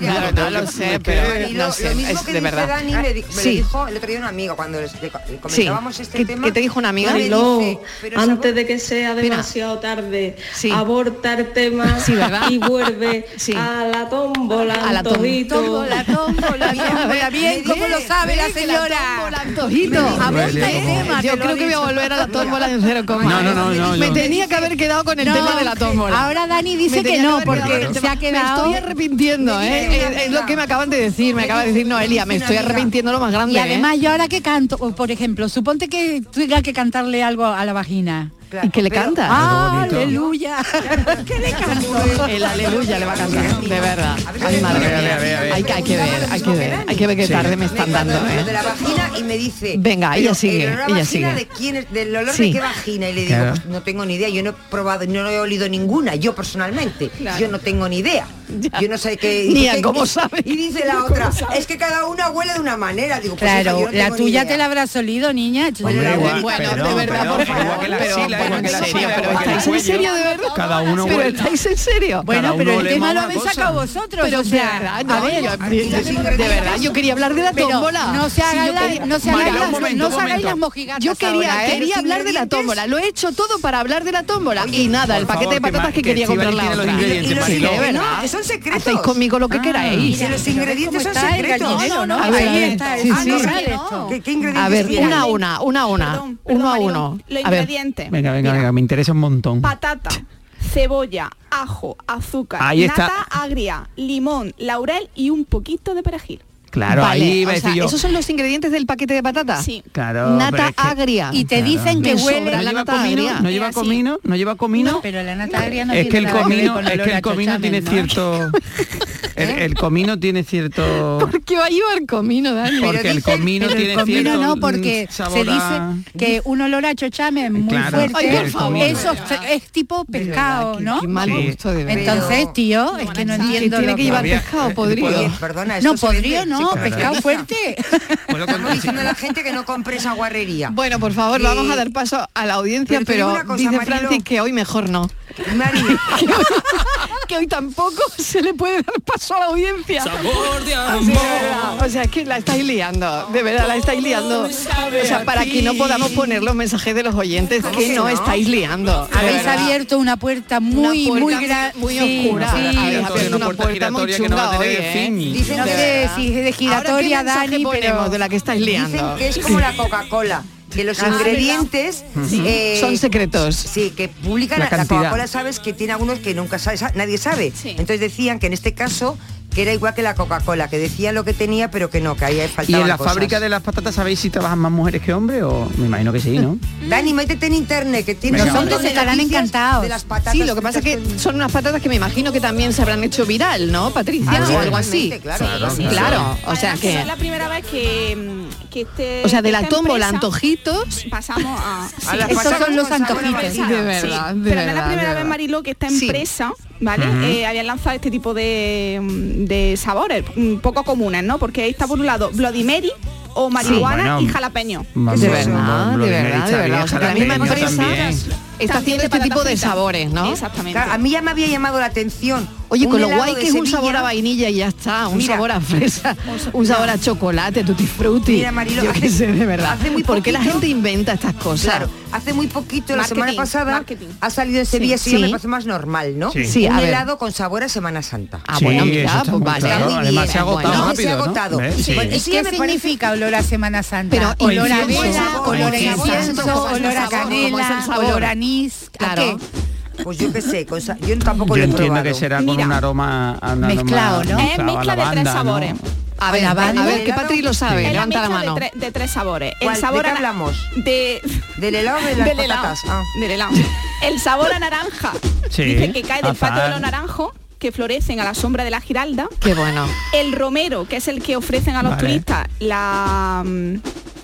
Speaker 5: claro, no lo sé, pero
Speaker 11: lo,
Speaker 5: no sé,
Speaker 11: lo mismo
Speaker 5: es
Speaker 11: que dice
Speaker 5: de verdad.
Speaker 11: Dani me, di- me lo
Speaker 5: Sí.
Speaker 11: dijo el otro día una amiga cuando les- le- le comentábamos este
Speaker 5: ¿Qué-
Speaker 11: tema.
Speaker 5: qué te dijo una amiga?
Speaker 11: No le
Speaker 5: Lo-
Speaker 11: dice, pero esa-
Speaker 12: Antes de que sea demasiado tarde, aborta el tema
Speaker 5: Sí, ¿verdad?
Speaker 12: y vuelve a la tómbola,
Speaker 5: A la
Speaker 12: antojito.
Speaker 5: tómbola, [LAUGHS] tómbola, tómbola, bien,
Speaker 12: Me
Speaker 5: ¿cómo lo
Speaker 12: dice,
Speaker 5: sabe la
Speaker 12: me dice
Speaker 5: señora?
Speaker 12: tómbola,
Speaker 5: Antojito,
Speaker 12: Me
Speaker 5: aborta el
Speaker 12: duele como-
Speaker 5: tema. Yo creo que voy a volver a la tómbola en cero coma.
Speaker 6: No, no, no, no,
Speaker 5: Me
Speaker 6: yo-
Speaker 5: tenía que haber quedado con el
Speaker 8: No,
Speaker 5: tema de la tómbola.
Speaker 8: ahora Dani dice
Speaker 5: Me
Speaker 8: que
Speaker 5: tenía
Speaker 8: no,
Speaker 5: haber quedado
Speaker 8: porque
Speaker 5: con el
Speaker 8: se
Speaker 5: tema.
Speaker 8: ha quedado-
Speaker 5: Me estoy arrepintiendo,
Speaker 8: Me
Speaker 5: ¿eh?
Speaker 8: dice una
Speaker 5: Es- Es, lo que me acaban de decir, me acaba de decir Noelia, me estoy arrepintiendo lo más grande.
Speaker 8: Y
Speaker 5: ¿eh?
Speaker 8: además yo ahora que canto, o, por ejemplo, suponte que tenga que cantarle algo a la vagina.
Speaker 5: ¿Y qué le canta?
Speaker 8: Ah,
Speaker 5: [LAUGHS]
Speaker 8: aleluya. Pues ¿Qué le canto?
Speaker 5: El aleluya le va a cantar, de verdad. Ay, madre
Speaker 6: A ver,
Speaker 5: mía.
Speaker 6: a ver, a ver.
Speaker 5: Hay que, hay que ver, hay que ver, hay que ver qué
Speaker 6: Sí.
Speaker 5: tarde me están dando,
Speaker 11: lo de
Speaker 5: ¿eh?
Speaker 11: la vagina y me dice
Speaker 5: Venga,
Speaker 11: pero
Speaker 5: ella sigue,
Speaker 11: el olor a
Speaker 5: ella
Speaker 11: vagina
Speaker 5: sigue.
Speaker 11: de quién es- del olor
Speaker 5: Sí.
Speaker 11: de qué vagina y le digo
Speaker 5: Claro.
Speaker 11: pues no tengo ni idea yo no he probado no he olido ninguna yo personalmente yo no tengo ni idea yo no sé qué
Speaker 5: Ni a
Speaker 11: dice-
Speaker 5: cómo
Speaker 11: y-
Speaker 5: sabe.
Speaker 11: y dice la
Speaker 5: ¿Cómo
Speaker 11: otra
Speaker 5: sabe?
Speaker 11: es que cada una huele de una manera digo pues, hija, yo
Speaker 8: Claro,
Speaker 11: no
Speaker 8: la
Speaker 11: tengo ni
Speaker 8: tuya
Speaker 11: idea.
Speaker 8: te la habrás olido, niña.
Speaker 6: Hombre, igual,
Speaker 8: Bueno,
Speaker 6: perdón,
Speaker 8: de verdad,
Speaker 6: perdón,
Speaker 8: por
Speaker 6: igual
Speaker 8: favor.
Speaker 6: que la
Speaker 8: Pero,
Speaker 6: axila, igual
Speaker 8: bueno,
Speaker 6: que la
Speaker 8: en
Speaker 6: axila,
Speaker 8: serio,
Speaker 6: igual
Speaker 8: pero
Speaker 6: que el
Speaker 8: estáis en
Speaker 6: cuello.
Speaker 5: serio, de verdad?
Speaker 6: Cada uno
Speaker 5: Pero
Speaker 6: huele.
Speaker 5: estáis en serio.
Speaker 8: Bueno,
Speaker 6: Cada
Speaker 8: pero
Speaker 6: uno
Speaker 8: el
Speaker 6: le
Speaker 8: tema
Speaker 6: mola
Speaker 8: lo
Speaker 6: una
Speaker 8: habéis
Speaker 6: cosa.
Speaker 8: sacado vosotros.
Speaker 5: Pero
Speaker 8: o
Speaker 5: de
Speaker 8: sea,
Speaker 5: verdad, no,
Speaker 8: a ver,
Speaker 5: yo- de verdad, yo quería hablar de la
Speaker 8: Pero
Speaker 5: tómbola.
Speaker 8: no se
Speaker 5: Si yo
Speaker 8: hagan la-
Speaker 5: quería-
Speaker 8: no se hagan
Speaker 5: Mariló,
Speaker 8: las-
Speaker 5: un momento,
Speaker 8: no
Speaker 5: un
Speaker 8: se hagáis
Speaker 5: momento.
Speaker 8: las mojigatas
Speaker 5: Yo quería,
Speaker 8: ahora, ¿eh?
Speaker 5: quería
Speaker 8: Los
Speaker 5: hablar de la
Speaker 8: ingredientes.
Speaker 5: tómbola. Lo he hecho todo para hablar de la tómbola. y nada, el
Speaker 6: por
Speaker 5: paquete de
Speaker 6: favor, que
Speaker 5: patatas
Speaker 6: ma-
Speaker 5: que,
Speaker 6: que
Speaker 5: quería comprar
Speaker 6: Estíbaliz
Speaker 5: la
Speaker 6: tiene los
Speaker 5: otra.
Speaker 6: ingredientes,
Speaker 5: Sí,
Speaker 6: Mariló.
Speaker 5: de verdad.
Speaker 11: que son secretos
Speaker 5: Hacéis conmigo lo que queráis.
Speaker 11: si los ingredientes son
Speaker 8: está el
Speaker 11: secretos
Speaker 8: gallinero, ¿no?
Speaker 5: A ver, a
Speaker 8: Ahí
Speaker 5: ver.
Speaker 8: está,
Speaker 5: Sí,
Speaker 8: ah, no
Speaker 5: sí.
Speaker 8: sale esto.
Speaker 11: ¿Qué, qué ingredientes
Speaker 5: A ver,
Speaker 11: tiene?
Speaker 5: una a una, una a una,
Speaker 9: Perdón, perdón,
Speaker 5: uno a
Speaker 9: Mariló.
Speaker 5: uno.
Speaker 9: Los
Speaker 5: A ver.
Speaker 9: ingredientes.
Speaker 6: Venga, venga, venga, me interesa un montón.
Speaker 9: Patata, cebolla, ajo, azúcar,
Speaker 6: Ahí está.
Speaker 9: nata agria, limón, laurel y un poquito de perejil.
Speaker 6: Claro,
Speaker 5: Vale,
Speaker 6: ahí iba a
Speaker 5: o sea,
Speaker 6: decir yo.
Speaker 5: ¿Esos son los ingredientes del paquete de patata?
Speaker 9: Sí.
Speaker 6: Claro, pero
Speaker 5: Nata
Speaker 6: es que-
Speaker 5: agria.
Speaker 8: Y te
Speaker 6: Claro.
Speaker 8: dicen que
Speaker 5: Me
Speaker 8: huele
Speaker 5: sobra la
Speaker 6: ¿No lleva
Speaker 5: nata agria.
Speaker 6: comino? ¿No lleva
Speaker 8: Así.
Speaker 6: comino? ¿No lleva comino?
Speaker 8: No, pero la nata agria no
Speaker 6: es que
Speaker 8: tiene
Speaker 6: el
Speaker 8: nada ver
Speaker 6: comino
Speaker 8: con el
Speaker 6: es
Speaker 8: olor
Speaker 6: que
Speaker 8: a
Speaker 6: el comino
Speaker 8: chochamen,
Speaker 6: tiene
Speaker 8: ¿no?
Speaker 6: cierto
Speaker 11: [LAUGHS]
Speaker 6: el, el comino tiene cierto
Speaker 5: ¿Qué va a llevar comino, Dani?
Speaker 6: porque el comino
Speaker 8: Pero
Speaker 6: tiene
Speaker 8: el comino
Speaker 6: cierto
Speaker 8: no,
Speaker 6: mm,
Speaker 8: porque
Speaker 6: sabor
Speaker 8: se dice
Speaker 6: a-
Speaker 8: que un olor a chochame muy
Speaker 6: Claro,
Speaker 8: fuerte.
Speaker 5: Ay, por el favor. comino.
Speaker 8: Eso es, es tipo pescado,
Speaker 5: qué-
Speaker 8: ¿no?
Speaker 5: qué mal
Speaker 6: Sí.
Speaker 5: gusto de verdad.
Speaker 8: Entonces, tío, es que no entiendo.
Speaker 5: tiene
Speaker 8: lo
Speaker 5: que llevar
Speaker 6: Había-
Speaker 5: pescado
Speaker 6: eh,
Speaker 5: podrido.
Speaker 11: Oye, perdona esto
Speaker 8: No,
Speaker 11: se
Speaker 8: podrido
Speaker 11: vende.
Speaker 8: no,
Speaker 11: Sí, claro.
Speaker 8: pescado fuerte.
Speaker 6: Pues lo que-
Speaker 11: estamos diciendo a la gente que no compre esa guarrería
Speaker 5: Bueno, por favor,
Speaker 11: Y-
Speaker 5: vamos a dar paso a la audiencia,
Speaker 11: Pero te digo
Speaker 5: pero,
Speaker 11: una cosa,
Speaker 5: dice
Speaker 11: Mariló.
Speaker 5: Francis que hoy mejor no.
Speaker 11: Mari,
Speaker 10: [LAUGHS]
Speaker 5: que hoy tampoco [LAUGHS] se le puede dar paso a la audiencia. O sea, de verdad, o sea, es que la estáis liando, de verdad la estáis liando. O sea, para que no podamos poner los mensajes de los oyentes, que no estáis liando. de
Speaker 8: Habéis
Speaker 5: verdad.
Speaker 8: abierto una puerta muy,
Speaker 5: Una
Speaker 8: muy
Speaker 5: puerta
Speaker 8: grande.
Speaker 5: muy oscura. Habéis
Speaker 6: Entonces,
Speaker 5: abierto
Speaker 6: una
Speaker 5: una
Speaker 6: puerta
Speaker 5: puerta muy
Speaker 6: giratoria que no va
Speaker 5: chunga
Speaker 6: a
Speaker 5: hoy,
Speaker 6: tener fin.
Speaker 5: ¿eh?
Speaker 11: dicen
Speaker 8: No
Speaker 11: que-
Speaker 8: sé si es de giratoria,
Speaker 5: Ahora, ¿qué
Speaker 8: Dani,
Speaker 5: mensaje
Speaker 8: pero...
Speaker 5: ponemos de la que estáis
Speaker 11: Ah, Dicen
Speaker 5: liando?
Speaker 11: que es como la Coca-Cola, que los ingredientes eh,
Speaker 5: Son secretos.
Speaker 11: Sí, que publican
Speaker 6: La
Speaker 11: la, la
Speaker 6: cantidad.
Speaker 11: Coca-Cola, sabes que tiene algunos que nunca sabe, sa- nadie sabe.
Speaker 9: Sí.
Speaker 11: Entonces decían que en este caso que era igual que la Coca-Cola, que decía lo que tenía, pero que no, que ahí
Speaker 6: y
Speaker 11: faltaban
Speaker 6: en la
Speaker 11: cosas.
Speaker 6: fábrica de las patatas sabéis si trabajan más mujeres que hombres o me imagino que
Speaker 11: [LAUGHS]
Speaker 6: sí, ¿no?
Speaker 11: Dani, métete en internet, que tiene
Speaker 6: Venga.
Speaker 11: un montón
Speaker 8: Nosotros
Speaker 11: de
Speaker 8: estarán
Speaker 11: noticias
Speaker 8: encantados.
Speaker 11: De las patatas
Speaker 5: Sí, lo que pasa es que son unas patatas que me imagino que también se habrán hecho viral, ¿no, Patricia?
Speaker 11: Ah,
Speaker 5: o algo así.
Speaker 11: totalmente, claro.
Speaker 5: Sí,
Speaker 9: Sí, sí,
Speaker 5: claro.
Speaker 9: sí.
Speaker 5: O sea
Speaker 9: Además,
Speaker 5: que.
Speaker 9: es la primera vez que, mm, que este
Speaker 5: O sea, de la
Speaker 9: esta
Speaker 5: tómbola,
Speaker 9: empresa
Speaker 5: antojitos.
Speaker 9: pasamos
Speaker 5: [LAUGHS]
Speaker 9: a, sí.
Speaker 11: A las
Speaker 8: Esos
Speaker 11: patatas
Speaker 8: son los
Speaker 11: con sabor a
Speaker 8: antojitos.
Speaker 5: Sí,
Speaker 11: vainilla.
Speaker 5: de verdad,
Speaker 9: Sí,
Speaker 5: de
Speaker 9: pero no es
Speaker 5: verdad,
Speaker 9: la
Speaker 5: de
Speaker 9: primera
Speaker 5: verdad.
Speaker 9: vez, Marilo, que esta
Speaker 5: Sí.
Speaker 9: empresa, ¿vale? Eh, había lanzado este tipo de, mm, de sabores mm, poco comunes, ¿no? Porque ahí está por un lado Bloody Mary o marihuana
Speaker 6: Bueno,
Speaker 9: y jalapeño.
Speaker 6: Vamos,
Speaker 5: De verdad,
Speaker 6: vamos,
Speaker 5: de
Speaker 6: Bloody Mary
Speaker 5: verdad, de
Speaker 6: está bien,
Speaker 5: verdad. O sea, que la misma
Speaker 6: jalapeño
Speaker 5: empresa
Speaker 6: también.
Speaker 5: está haciendo este tipo de sabores, ¿no?
Speaker 9: Exactamente.
Speaker 11: Claro, a mí ya me había llamado la atención.
Speaker 5: Oye,
Speaker 11: un
Speaker 5: con lo
Speaker 11: helado
Speaker 5: guay
Speaker 11: de
Speaker 5: que es un
Speaker 11: Sevilla.
Speaker 5: sabor a vainilla y ya está, un
Speaker 11: Mira.
Speaker 5: sabor a fresa, un sabor a chocolate, tutti frutti.
Speaker 11: Mira, Marilo,
Speaker 5: yo qué
Speaker 11: hace-
Speaker 5: sé, de verdad.
Speaker 11: hace muy
Speaker 5: ¿Por qué la
Speaker 11: poquito-
Speaker 5: gente inventa estas cosas?
Speaker 11: Claro, hace muy poquito, la semana
Speaker 5: Marketing,
Speaker 11: pasada,
Speaker 5: marketing.
Speaker 11: ha salido en
Speaker 5: Sí.
Speaker 11: Sevilla, eso ya
Speaker 5: Sí.
Speaker 11: me parece más normal, ¿no?
Speaker 5: Sí. Sí,
Speaker 11: un
Speaker 5: a ver.
Speaker 11: helado con sabor a Semana Santa.
Speaker 5: Ah, Sí, bueno, mira, eso está pues muy vale. claro.
Speaker 11: Está muy
Speaker 5: Además,
Speaker 11: bien.
Speaker 5: se ha agotado
Speaker 11: Bueno, se ha
Speaker 5: rápido, ¿no?
Speaker 11: agotado.
Speaker 5: ¿Ves? Sí.
Speaker 11: Bueno,
Speaker 8: ¿Y
Speaker 11: eso
Speaker 8: qué
Speaker 11: ya me parece-
Speaker 8: significo olor a Semana Santa?
Speaker 11: Pero
Speaker 8: Ah, olor a
Speaker 11: incienso,
Speaker 8: vela, olor a
Speaker 11: incienso,
Speaker 8: incienso,
Speaker 11: ¿cómo es el
Speaker 8: olor a
Speaker 11: sabor? ¿Cómo es el
Speaker 8: canela,
Speaker 11: sabor?
Speaker 8: olor a anís. ¿a qué?
Speaker 11: Pues yo empecé, con sa- yo tampoco
Speaker 6: Yo
Speaker 11: Pues lo he
Speaker 6: entiendo
Speaker 11: probado.
Speaker 6: que será con un aroma a un aroma
Speaker 11: Mezclado, ¿no?
Speaker 5: Eh,
Speaker 6: mezclado
Speaker 11: Es mezcla
Speaker 6: a
Speaker 11: de
Speaker 6: lavanda,
Speaker 11: tres
Speaker 6: ¿no?
Speaker 9: sabores.
Speaker 5: A ver, a ver, que Patri lo sabe.
Speaker 9: Es
Speaker 5: Levanta la
Speaker 9: mezcla
Speaker 5: mano.
Speaker 9: De, tre- de tres sabores.
Speaker 11: ¿Cuál? ¿De qué
Speaker 9: a na-
Speaker 11: hablamos?
Speaker 9: De,
Speaker 11: ¿Del helado o de las
Speaker 9: del helado.
Speaker 11: patatas? Ah.
Speaker 9: Del helado. El sabor a naranja.
Speaker 11: Sí,
Speaker 9: Dice que cae del
Speaker 11: azar.
Speaker 9: patio de los naranjos que florecen a la sombra de la giralda.
Speaker 5: Qué bueno.
Speaker 9: El romero, que es el que ofrecen a los
Speaker 6: Vale.
Speaker 9: turistas la, mm,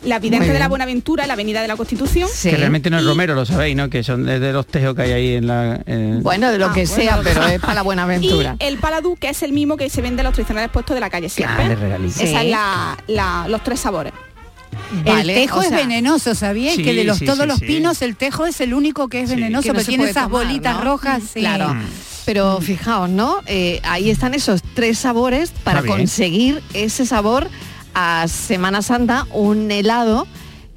Speaker 9: la
Speaker 6: Muy
Speaker 9: vidente de
Speaker 6: bien.
Speaker 9: la Buenaventura, la avenida de la Constitución.
Speaker 6: Que realmente no es romero, lo sabéis, ¿no? Que son de, de los tejos que hay ahí en la... en-
Speaker 5: Bueno, de lo
Speaker 9: Ah,
Speaker 5: que
Speaker 9: bueno,
Speaker 5: sea,
Speaker 9: lo que
Speaker 5: pero
Speaker 9: sea.
Speaker 5: es para la buena aventura.
Speaker 9: Y el paladú, que es el mismo que se vende en los tradicionales puestos de la calle siempre.
Speaker 5: Grandes regalitos.
Speaker 9: Esa
Speaker 5: Sí.
Speaker 9: es la- la- los tres sabores.
Speaker 5: Vale,
Speaker 8: el tejo
Speaker 5: o
Speaker 8: es
Speaker 5: sea-
Speaker 8: venenoso, ¿sabíais?
Speaker 5: Sí,
Speaker 8: que de los,
Speaker 5: sí,
Speaker 8: todos
Speaker 5: sí,
Speaker 8: los
Speaker 5: sí.
Speaker 8: pinos el tejo es el único que es venenoso,
Speaker 5: Que no
Speaker 8: pero
Speaker 5: se
Speaker 8: tiene
Speaker 5: puede
Speaker 8: esas
Speaker 5: tomar,
Speaker 8: bolitas
Speaker 5: ¿no?
Speaker 8: rojas. sí.
Speaker 5: Claro. Pero fijaos, ¿no? Eh, ahí están esos tres sabores para
Speaker 8: bien.
Speaker 5: conseguir ese sabor a Semana Santa, un helado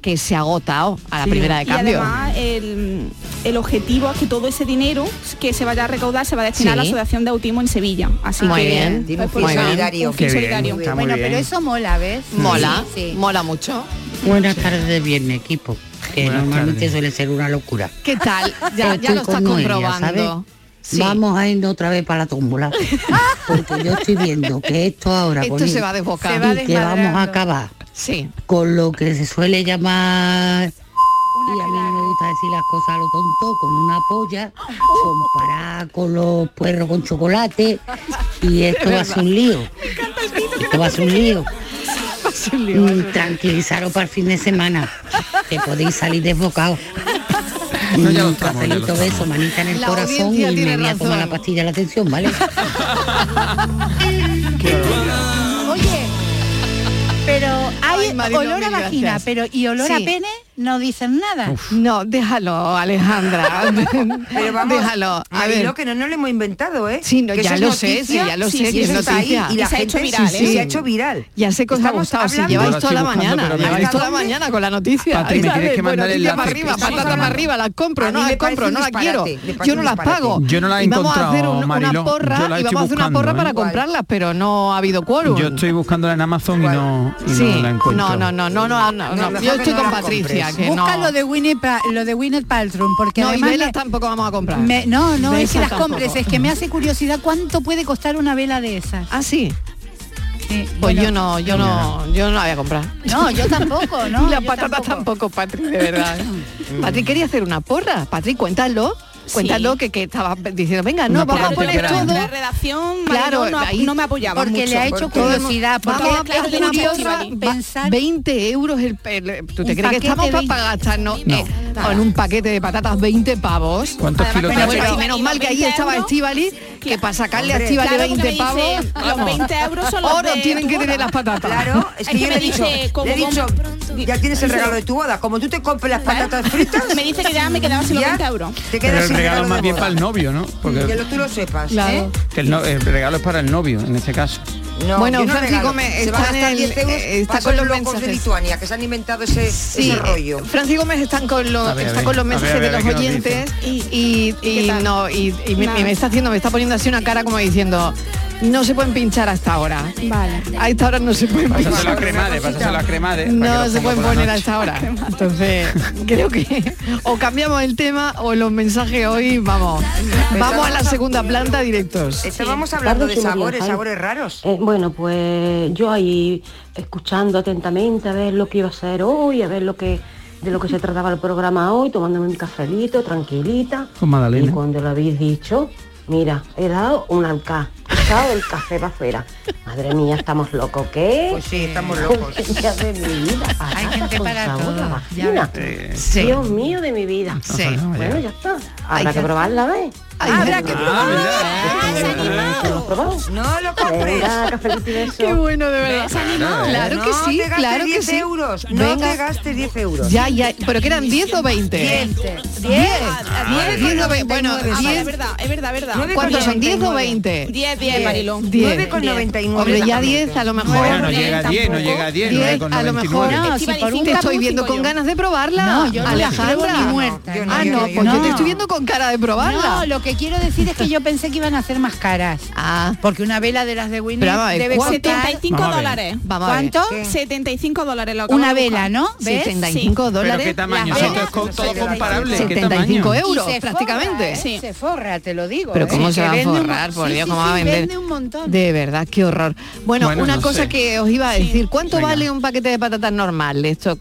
Speaker 5: que se ha agotado a la
Speaker 9: Sí.
Speaker 5: primera de
Speaker 9: Y
Speaker 5: cambio.
Speaker 9: además el, el objetivo es que todo ese dinero que se vaya a recaudar se va a destinar
Speaker 5: Sí.
Speaker 9: a la Asociación de Autismo en Sevilla. Así
Speaker 5: Muy
Speaker 9: que
Speaker 5: bien,
Speaker 9: es
Speaker 5: muy
Speaker 9: por eso,
Speaker 5: bien.
Speaker 9: Un
Speaker 5: Qué
Speaker 9: fin
Speaker 5: bien,
Speaker 9: solidario.
Speaker 5: está muy Bueno, pero bien.
Speaker 8: Eso mola, ¿ves?
Speaker 5: Mola,
Speaker 8: Sí, sí.
Speaker 5: mola mucho.
Speaker 13: Buenas tardes de viernes, equipo. Que
Speaker 5: Buenas
Speaker 13: normalmente
Speaker 5: tardes.
Speaker 13: suele ser una locura.
Speaker 5: ¿Qué tal? Ya,
Speaker 13: Pero
Speaker 5: ya
Speaker 13: estoy
Speaker 5: lo está
Speaker 13: con Noelia, ¿sabes?
Speaker 5: comprobando. Sí.
Speaker 13: Vamos a ir otra vez para la tómbola.
Speaker 5: [LAUGHS]
Speaker 13: Porque yo estoy viendo que esto ahora
Speaker 5: Esto
Speaker 13: con
Speaker 5: se
Speaker 13: el-
Speaker 5: va desbocando. Se va
Speaker 13: y que vamos
Speaker 5: desmadrando.
Speaker 13: a acabar
Speaker 5: sí.
Speaker 13: con lo que se suele llamar y a mí no me gusta decir las cosas a lo tonto con una polla comparada con los puerros con chocolate y esto va a ser un lío esto va a ser un lío Mm, tranquilizaros para el fin de semana que podéis salir desbocados
Speaker 6: No, ya lo
Speaker 13: Un
Speaker 6: estamos, ya
Speaker 13: cafelito,
Speaker 6: lo
Speaker 13: beso,
Speaker 6: estamos.
Speaker 13: manita en el
Speaker 6: La
Speaker 13: corazón y
Speaker 6: audiencia
Speaker 13: me
Speaker 6: tiene
Speaker 13: voy a tomar la
Speaker 6: razón.
Speaker 13: pastilla de la atención, ¿vale?
Speaker 8: Oye, pero hay
Speaker 5: Marilo,
Speaker 8: olor a
Speaker 5: mil
Speaker 8: vagina,
Speaker 5: gracias.
Speaker 8: pero y olor a
Speaker 5: Sí.
Speaker 8: pene no dicen nada.
Speaker 5: No, déjalo, Alejandra.
Speaker 11: Pero vamos,
Speaker 5: Ah, déjalo. A
Speaker 11: Marilo,
Speaker 5: ver.
Speaker 11: que no, no lo hemos inventado, ¿eh?
Speaker 5: Sí, no,
Speaker 11: Que eso
Speaker 5: ya
Speaker 11: es
Speaker 5: lo sé, sí,
Speaker 11: noticia,
Speaker 5: ya lo
Speaker 11: sí,
Speaker 5: sé,
Speaker 11: sí,
Speaker 5: que es
Speaker 11: eso está
Speaker 5: noticia.
Speaker 11: ahí, y la
Speaker 5: se ha
Speaker 11: gente
Speaker 5: hecho viral, ¿eh?
Speaker 11: sí, sí, se ha hecho viral.
Speaker 5: Ya sé que os ha
Speaker 11: Estamos
Speaker 5: gustado, si
Speaker 11: hablando-
Speaker 5: lleváis
Speaker 11: Yo la
Speaker 5: toda la
Speaker 11: estoy buscando,
Speaker 5: mañana,
Speaker 11: pero me-
Speaker 5: lleváis
Speaker 11: ¿Hasta
Speaker 5: toda la
Speaker 11: dónde?
Speaker 5: mañana con la noticia.
Speaker 6: Patri, me
Speaker 5: ¿sabes?
Speaker 6: tienes que
Speaker 5: Bueno,
Speaker 6: mandar el
Speaker 5: noticia para
Speaker 6: enlace,
Speaker 5: arriba,
Speaker 6: que estamos
Speaker 5: patata para
Speaker 6: hablando.
Speaker 5: arriba, las compro,
Speaker 11: A
Speaker 5: no
Speaker 11: mí
Speaker 5: las
Speaker 11: me
Speaker 5: compro,
Speaker 11: parece
Speaker 5: no
Speaker 11: un
Speaker 5: las quiero.
Speaker 11: disparate, me parece
Speaker 5: Yo no
Speaker 11: un
Speaker 5: las
Speaker 11: disparate.
Speaker 5: pago.
Speaker 6: Yo no la he
Speaker 5: Y vamos a hacer
Speaker 6: encontrado,
Speaker 5: un- una
Speaker 6: Mariló. Yo
Speaker 5: porra
Speaker 6: la
Speaker 5: y vamos
Speaker 6: estoy
Speaker 5: a hacer una
Speaker 6: buscando,
Speaker 5: porra
Speaker 6: ¿eh?
Speaker 5: para comprarlas, pero no ha habido quórum.
Speaker 6: Yo estoy buscándola en Amazon y no, y
Speaker 5: Sí,
Speaker 6: no la encuentro.
Speaker 5: no, no, no, no, no, no, no. Yo estoy con Patricia, que
Speaker 8: Busca
Speaker 5: no.
Speaker 8: lo de Winnie Pa- lo de Winnet Paltrow, porque
Speaker 5: No, y
Speaker 8: además
Speaker 5: velas
Speaker 8: me-
Speaker 5: tampoco vamos a comprar.
Speaker 8: me- no, no es que
Speaker 5: Velas
Speaker 8: las compres,
Speaker 5: tampoco.
Speaker 8: es que me hace curiosidad cuánto puede costar una vela de esas.
Speaker 5: Ah, sí.
Speaker 8: Sí,
Speaker 5: Pues
Speaker 8: bueno.
Speaker 5: yo no, yo no, yo no la voy a comprar.
Speaker 8: No, yo tampoco, no,
Speaker 5: [LAUGHS] Y las
Speaker 8: yo
Speaker 5: patatas tampoco, Patri, de
Speaker 6: [LAUGHS]
Speaker 5: verdad. Patri quería hacer una porra. Patri, cuéntalo. Cuéntalo que, que estaba diciendo, venga, no,
Speaker 6: Una
Speaker 5: vamos a
Speaker 6: porra
Speaker 5: poner
Speaker 6: temprana.
Speaker 5: todo.
Speaker 9: La redacción
Speaker 5: Claro,
Speaker 9: claro, no, ha-
Speaker 5: ahí-
Speaker 9: no me apoyaba
Speaker 8: porque
Speaker 9: mucho.
Speaker 8: le ha hecho
Speaker 5: Todo el-
Speaker 8: curiosidad, porque
Speaker 5: vamos,
Speaker 8: es
Speaker 5: es
Speaker 8: curiosa
Speaker 5: curiosa,
Speaker 8: pensar-
Speaker 5: va- 20 euros el, el- ¿Tú te
Speaker 8: Un
Speaker 5: crees que
Speaker 8: paquete
Speaker 5: estamos para
Speaker 8: 20.
Speaker 5: pagar no, eh, con un paquete de patatas 20 pavos?
Speaker 6: ¿Cuántos
Speaker 5: Además,
Speaker 6: kilos
Speaker 5: pero
Speaker 6: te ha
Speaker 5: bueno,
Speaker 6: hecho?
Speaker 5: y menos mal que ahí
Speaker 9: 20
Speaker 5: estaba
Speaker 9: euros.
Speaker 5: Estivali, que para sacarle a
Speaker 9: Hombre,
Speaker 5: Estivali
Speaker 9: claro, porque
Speaker 5: 20
Speaker 9: me
Speaker 5: pavos,
Speaker 9: dice, los
Speaker 5: vamos,
Speaker 9: 20 euros son los
Speaker 5: oro
Speaker 9: de
Speaker 5: tienen
Speaker 9: tu
Speaker 5: que tener
Speaker 9: boda.
Speaker 5: las patatas.
Speaker 11: Claro, es que
Speaker 9: Es
Speaker 11: yo le
Speaker 9: que
Speaker 11: he
Speaker 9: me
Speaker 11: dicho,
Speaker 9: dice, como
Speaker 11: le he dicho, ya tienes el regalo de tu boda, como tú te compres las patatas fritas.
Speaker 9: [LAUGHS] Me dice que ya me quedaban solo
Speaker 11: ya
Speaker 9: 20 euros.
Speaker 11: Te
Speaker 6: Pero
Speaker 11: quedas
Speaker 6: el
Speaker 11: sin
Speaker 6: regalo
Speaker 11: regalo
Speaker 6: es
Speaker 11: de
Speaker 6: más bien
Speaker 11: boda.
Speaker 6: para el novio, ¿no?
Speaker 11: Que
Speaker 6: Porque
Speaker 11: lo- tú lo sepas,
Speaker 5: Claro.
Speaker 11: ¿eh?
Speaker 6: que el, no- el regalo es para el novio, en este caso.
Speaker 11: No,
Speaker 5: Bueno,
Speaker 11: yo no
Speaker 5: Francisco,
Speaker 11: regalo.
Speaker 5: me-
Speaker 11: se va a
Speaker 5: está en
Speaker 11: gastar
Speaker 5: el-
Speaker 11: 10 euros
Speaker 5: eh, está
Speaker 11: para
Speaker 5: con
Speaker 11: los
Speaker 5: los
Speaker 11: locos de
Speaker 5: mensajes.
Speaker 11: Lituania que se han inventado ese, ese rollo.
Speaker 5: Francis Gómez están con los,
Speaker 11: A ver, a
Speaker 5: está
Speaker 11: ver,
Speaker 5: con los
Speaker 11: a ver,
Speaker 5: mensajes
Speaker 11: a ver, a ver
Speaker 5: de los
Speaker 11: qué nos
Speaker 5: oyentes y, y-
Speaker 11: ¿Y qué tal?
Speaker 5: no, y, y me,
Speaker 11: Nada.
Speaker 5: y me está haciendo, me está poniendo así una cara como diciendo, no se pueden pinchar hasta ahora. Vale. A esta hora no se pueden
Speaker 6: Pásaselo
Speaker 5: pinchar.
Speaker 6: a
Speaker 11: eh,
Speaker 6: cremade, pásaselo a cremade. para
Speaker 5: No
Speaker 6: que lo
Speaker 5: se
Speaker 6: ponga
Speaker 5: pueden
Speaker 6: por la
Speaker 5: poner
Speaker 6: noche.
Speaker 11: [LAUGHS]
Speaker 5: hasta ahora. Entonces, creo que o cambiamos el tema o los mensajes hoy, vamos. Vamos a la segunda planta directos.
Speaker 11: Estábamos hablando de
Speaker 14: Tarde, señoría,
Speaker 11: sabores,
Speaker 14: Jaime.
Speaker 11: sabores raros.
Speaker 14: Eh, bueno, pues yo ahí escuchando atentamente a ver lo que iba a hacer hoy, a ver lo que de lo que se trataba el programa hoy, tomándome un cafelito, tranquilita.
Speaker 6: Con Madalena.
Speaker 14: Y cuando lo habéis dicho, mira, he dado un alca, he dado el café para afuera. Madre mía, estamos locos, ¿qué?
Speaker 11: Pues sí, estamos
Speaker 14: [LAUGHS]
Speaker 11: locos.
Speaker 14: Ya de mi vida, Hay gente para todo.
Speaker 5: Sí.
Speaker 14: Dios mío de mi vida.
Speaker 5: Sí.
Speaker 14: Bueno, ya está. Habrá que probarla, ¿ves?
Speaker 5: habrá
Speaker 11: Ah,
Speaker 5: que Ah,
Speaker 14: No lo compres.
Speaker 5: Qué bueno, de verdad.
Speaker 14: ¿Ves, animado?
Speaker 5: Claro que
Speaker 14: No
Speaker 5: sí,
Speaker 14: te gastes
Speaker 5: claro que
Speaker 14: 10
Speaker 5: sí.
Speaker 14: euros, no
Speaker 5: Venga.
Speaker 14: te gastes 10 euros.
Speaker 5: Ya, ya, pero que eran 10 o 20.
Speaker 14: 10.
Speaker 5: 10.
Speaker 14: Ah,
Speaker 5: 10 o
Speaker 14: vale,
Speaker 5: 20. Bueno,
Speaker 14: ah, vale,
Speaker 5: 10.
Speaker 9: es verdad, es verdad, es verdad.
Speaker 5: ¿Cuántos son? ¿10 o 20?
Speaker 9: 10, 10, Marilón.
Speaker 5: 10. Hombre, ya 10 a lo mejor.
Speaker 6: Bueno, no llega a 10, no llega a 10, no hay con
Speaker 5: a lo mejor
Speaker 6: 99.
Speaker 5: no, si
Speaker 6: Estivaliz,
Speaker 5: por un
Speaker 6: te
Speaker 5: te estoy
Speaker 6: estoy
Speaker 5: viendo con ganas de probarla.
Speaker 8: No, yo no la
Speaker 5: Alejandra.
Speaker 8: pruebo ni muerta.
Speaker 5: Ah, no, pues yo te estoy viendo con cara de probarla.
Speaker 8: No, lo que quiero decir es que yo pensé que iban a ser más caras.
Speaker 5: Ah.
Speaker 8: Porque una vela de las de Winnie
Speaker 5: Pero vamos a ver,
Speaker 8: debe
Speaker 5: ¿cuánto?
Speaker 8: costar
Speaker 9: 75
Speaker 5: Vamos a ver.
Speaker 9: dólares.
Speaker 5: Vamos a ver.
Speaker 9: ¿Cuánto?
Speaker 5: ¿Qué?
Speaker 9: 75 dólares lo acabo
Speaker 8: Una
Speaker 9: de buscar.
Speaker 8: vela, ¿no? ¿Ves?
Speaker 5: 75
Speaker 8: Sí.
Speaker 5: dólares.
Speaker 8: Pero qué tamaño,
Speaker 5: la
Speaker 8: si esto
Speaker 5: vela.
Speaker 8: es co- todo 75
Speaker 6: comparable, ¿qué
Speaker 5: 75
Speaker 6: tamaño?
Speaker 5: euros
Speaker 8: Y se
Speaker 5: prácticamente.
Speaker 8: forra, ¿eh? Se forra, te lo digo.
Speaker 5: Pero
Speaker 8: ¿eh?
Speaker 5: cómo se
Speaker 8: Que
Speaker 5: va a
Speaker 8: vende un mo-
Speaker 5: forrar, por
Speaker 8: Sí,
Speaker 5: Dios,
Speaker 8: sí,
Speaker 5: cómo va a
Speaker 8: sí,
Speaker 5: vender.
Speaker 8: vende un montón.
Speaker 5: De verdad, qué horror. Bueno,
Speaker 8: Bueno,
Speaker 5: una
Speaker 8: no
Speaker 5: cosa
Speaker 8: sé.
Speaker 5: que os iba a decir, ¿cuánto
Speaker 8: Venga.
Speaker 5: vale un paquete de patatas normal? Esto,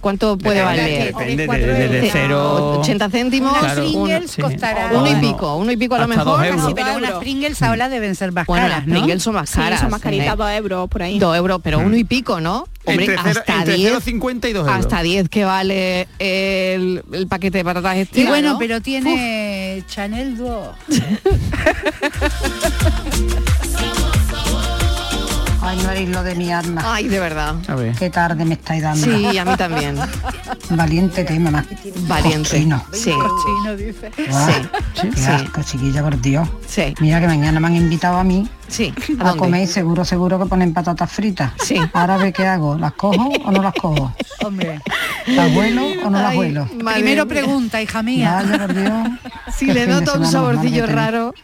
Speaker 5: ¿cuánto puede
Speaker 6: Depende,
Speaker 5: valer?
Speaker 6: depende, de- de- de- de cero-
Speaker 5: 80 céntimos,
Speaker 6: Unas Claro,
Speaker 5: uno,
Speaker 6: Pringles
Speaker 5: sí.
Speaker 6: costará
Speaker 5: uno y
Speaker 6: uno-
Speaker 5: pico, uno y pico a lo
Speaker 6: hasta dos
Speaker 5: mejor.
Speaker 6: euros.
Speaker 8: Sí, pero unas Pringles ahora deben ser más
Speaker 5: Bueno,
Speaker 8: caras,
Speaker 5: las
Speaker 8: ¿no?
Speaker 5: Pringles son más
Speaker 8: Sí,
Speaker 5: caras.
Speaker 8: son más caritas,
Speaker 5: dos euros por ahí. Dos euros, pero uno y pico, ¿no? Hombre,
Speaker 6: Entre cero-
Speaker 5: hasta
Speaker 6: entre
Speaker 5: 10.
Speaker 6: 0,50 y 2 Mm. euros.
Speaker 5: Hasta 10 que vale el, el paquete de patatas este.
Speaker 8: Y bueno,
Speaker 5: ¿no?
Speaker 8: pero tiene Chanel [LAUGHS] Duo.
Speaker 11: Ay, no eres lo de mi alma.
Speaker 5: Ay, de verdad.
Speaker 6: A ver.
Speaker 11: Qué tarde me estáis dando.
Speaker 5: Sí, a mí también.
Speaker 11: Valiente tema, mamá.
Speaker 5: Valiente.
Speaker 11: Cochino. Ah.
Speaker 5: Sí.
Speaker 8: Cochino, dice.
Speaker 11: Guau, Qué
Speaker 5: Sí.
Speaker 11: asco, chiquilla, por Dios.
Speaker 5: Sí.
Speaker 11: Mira que mañana me han invitado a mí.
Speaker 5: Sí.
Speaker 11: ¿A, comer y seguro, seguro que ponen patatas fritas.
Speaker 5: Sí.
Speaker 11: Ahora ve qué hago. ¿Las cojo o no las cojo?
Speaker 8: Hombre.
Speaker 11: ¿Las vuelo o no las vuelo?
Speaker 8: Primero pregunta, hija mía.
Speaker 11: Vaya, por Dios.
Speaker 8: [LAUGHS]
Speaker 5: Si
Speaker 11: Qué
Speaker 5: le
Speaker 11: Este fin de
Speaker 5: nota un
Speaker 11: semana más
Speaker 5: saborcillo
Speaker 11: malo que
Speaker 5: raro.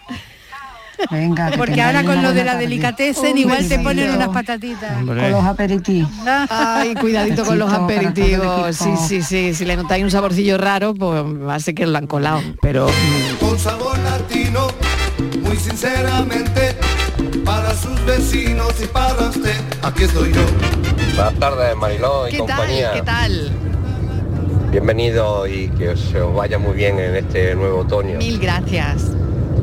Speaker 11: Venga, que
Speaker 8: Porque
Speaker 11: tengáis
Speaker 8: ahora con
Speaker 11: una
Speaker 8: lo de
Speaker 11: buena
Speaker 8: la
Speaker 11: tarde.
Speaker 8: delicatessen
Speaker 11: Un
Speaker 8: igual te ponen
Speaker 11: besito.
Speaker 8: unas patatitas.
Speaker 11: Con los aperitivos.
Speaker 5: Ay, cuidadito con los
Speaker 11: Besito para todo el
Speaker 5: aperitivos. Sí,
Speaker 11: equipo.
Speaker 5: sí, sí. Si le notáis un saborcillo raro, pues va a ser que lo han colado.
Speaker 6: Pero
Speaker 15: con sabor latino, muy sinceramente, para sus vecinos y para usted, aquí estoy yo.
Speaker 16: Buenas tardes, Mariló y
Speaker 5: ¿Qué
Speaker 16: compañía.
Speaker 5: tal? ¿Qué tal?
Speaker 16: Bienvenido y que se os vaya muy bien en este nuevo otoño.
Speaker 5: Mil gracias.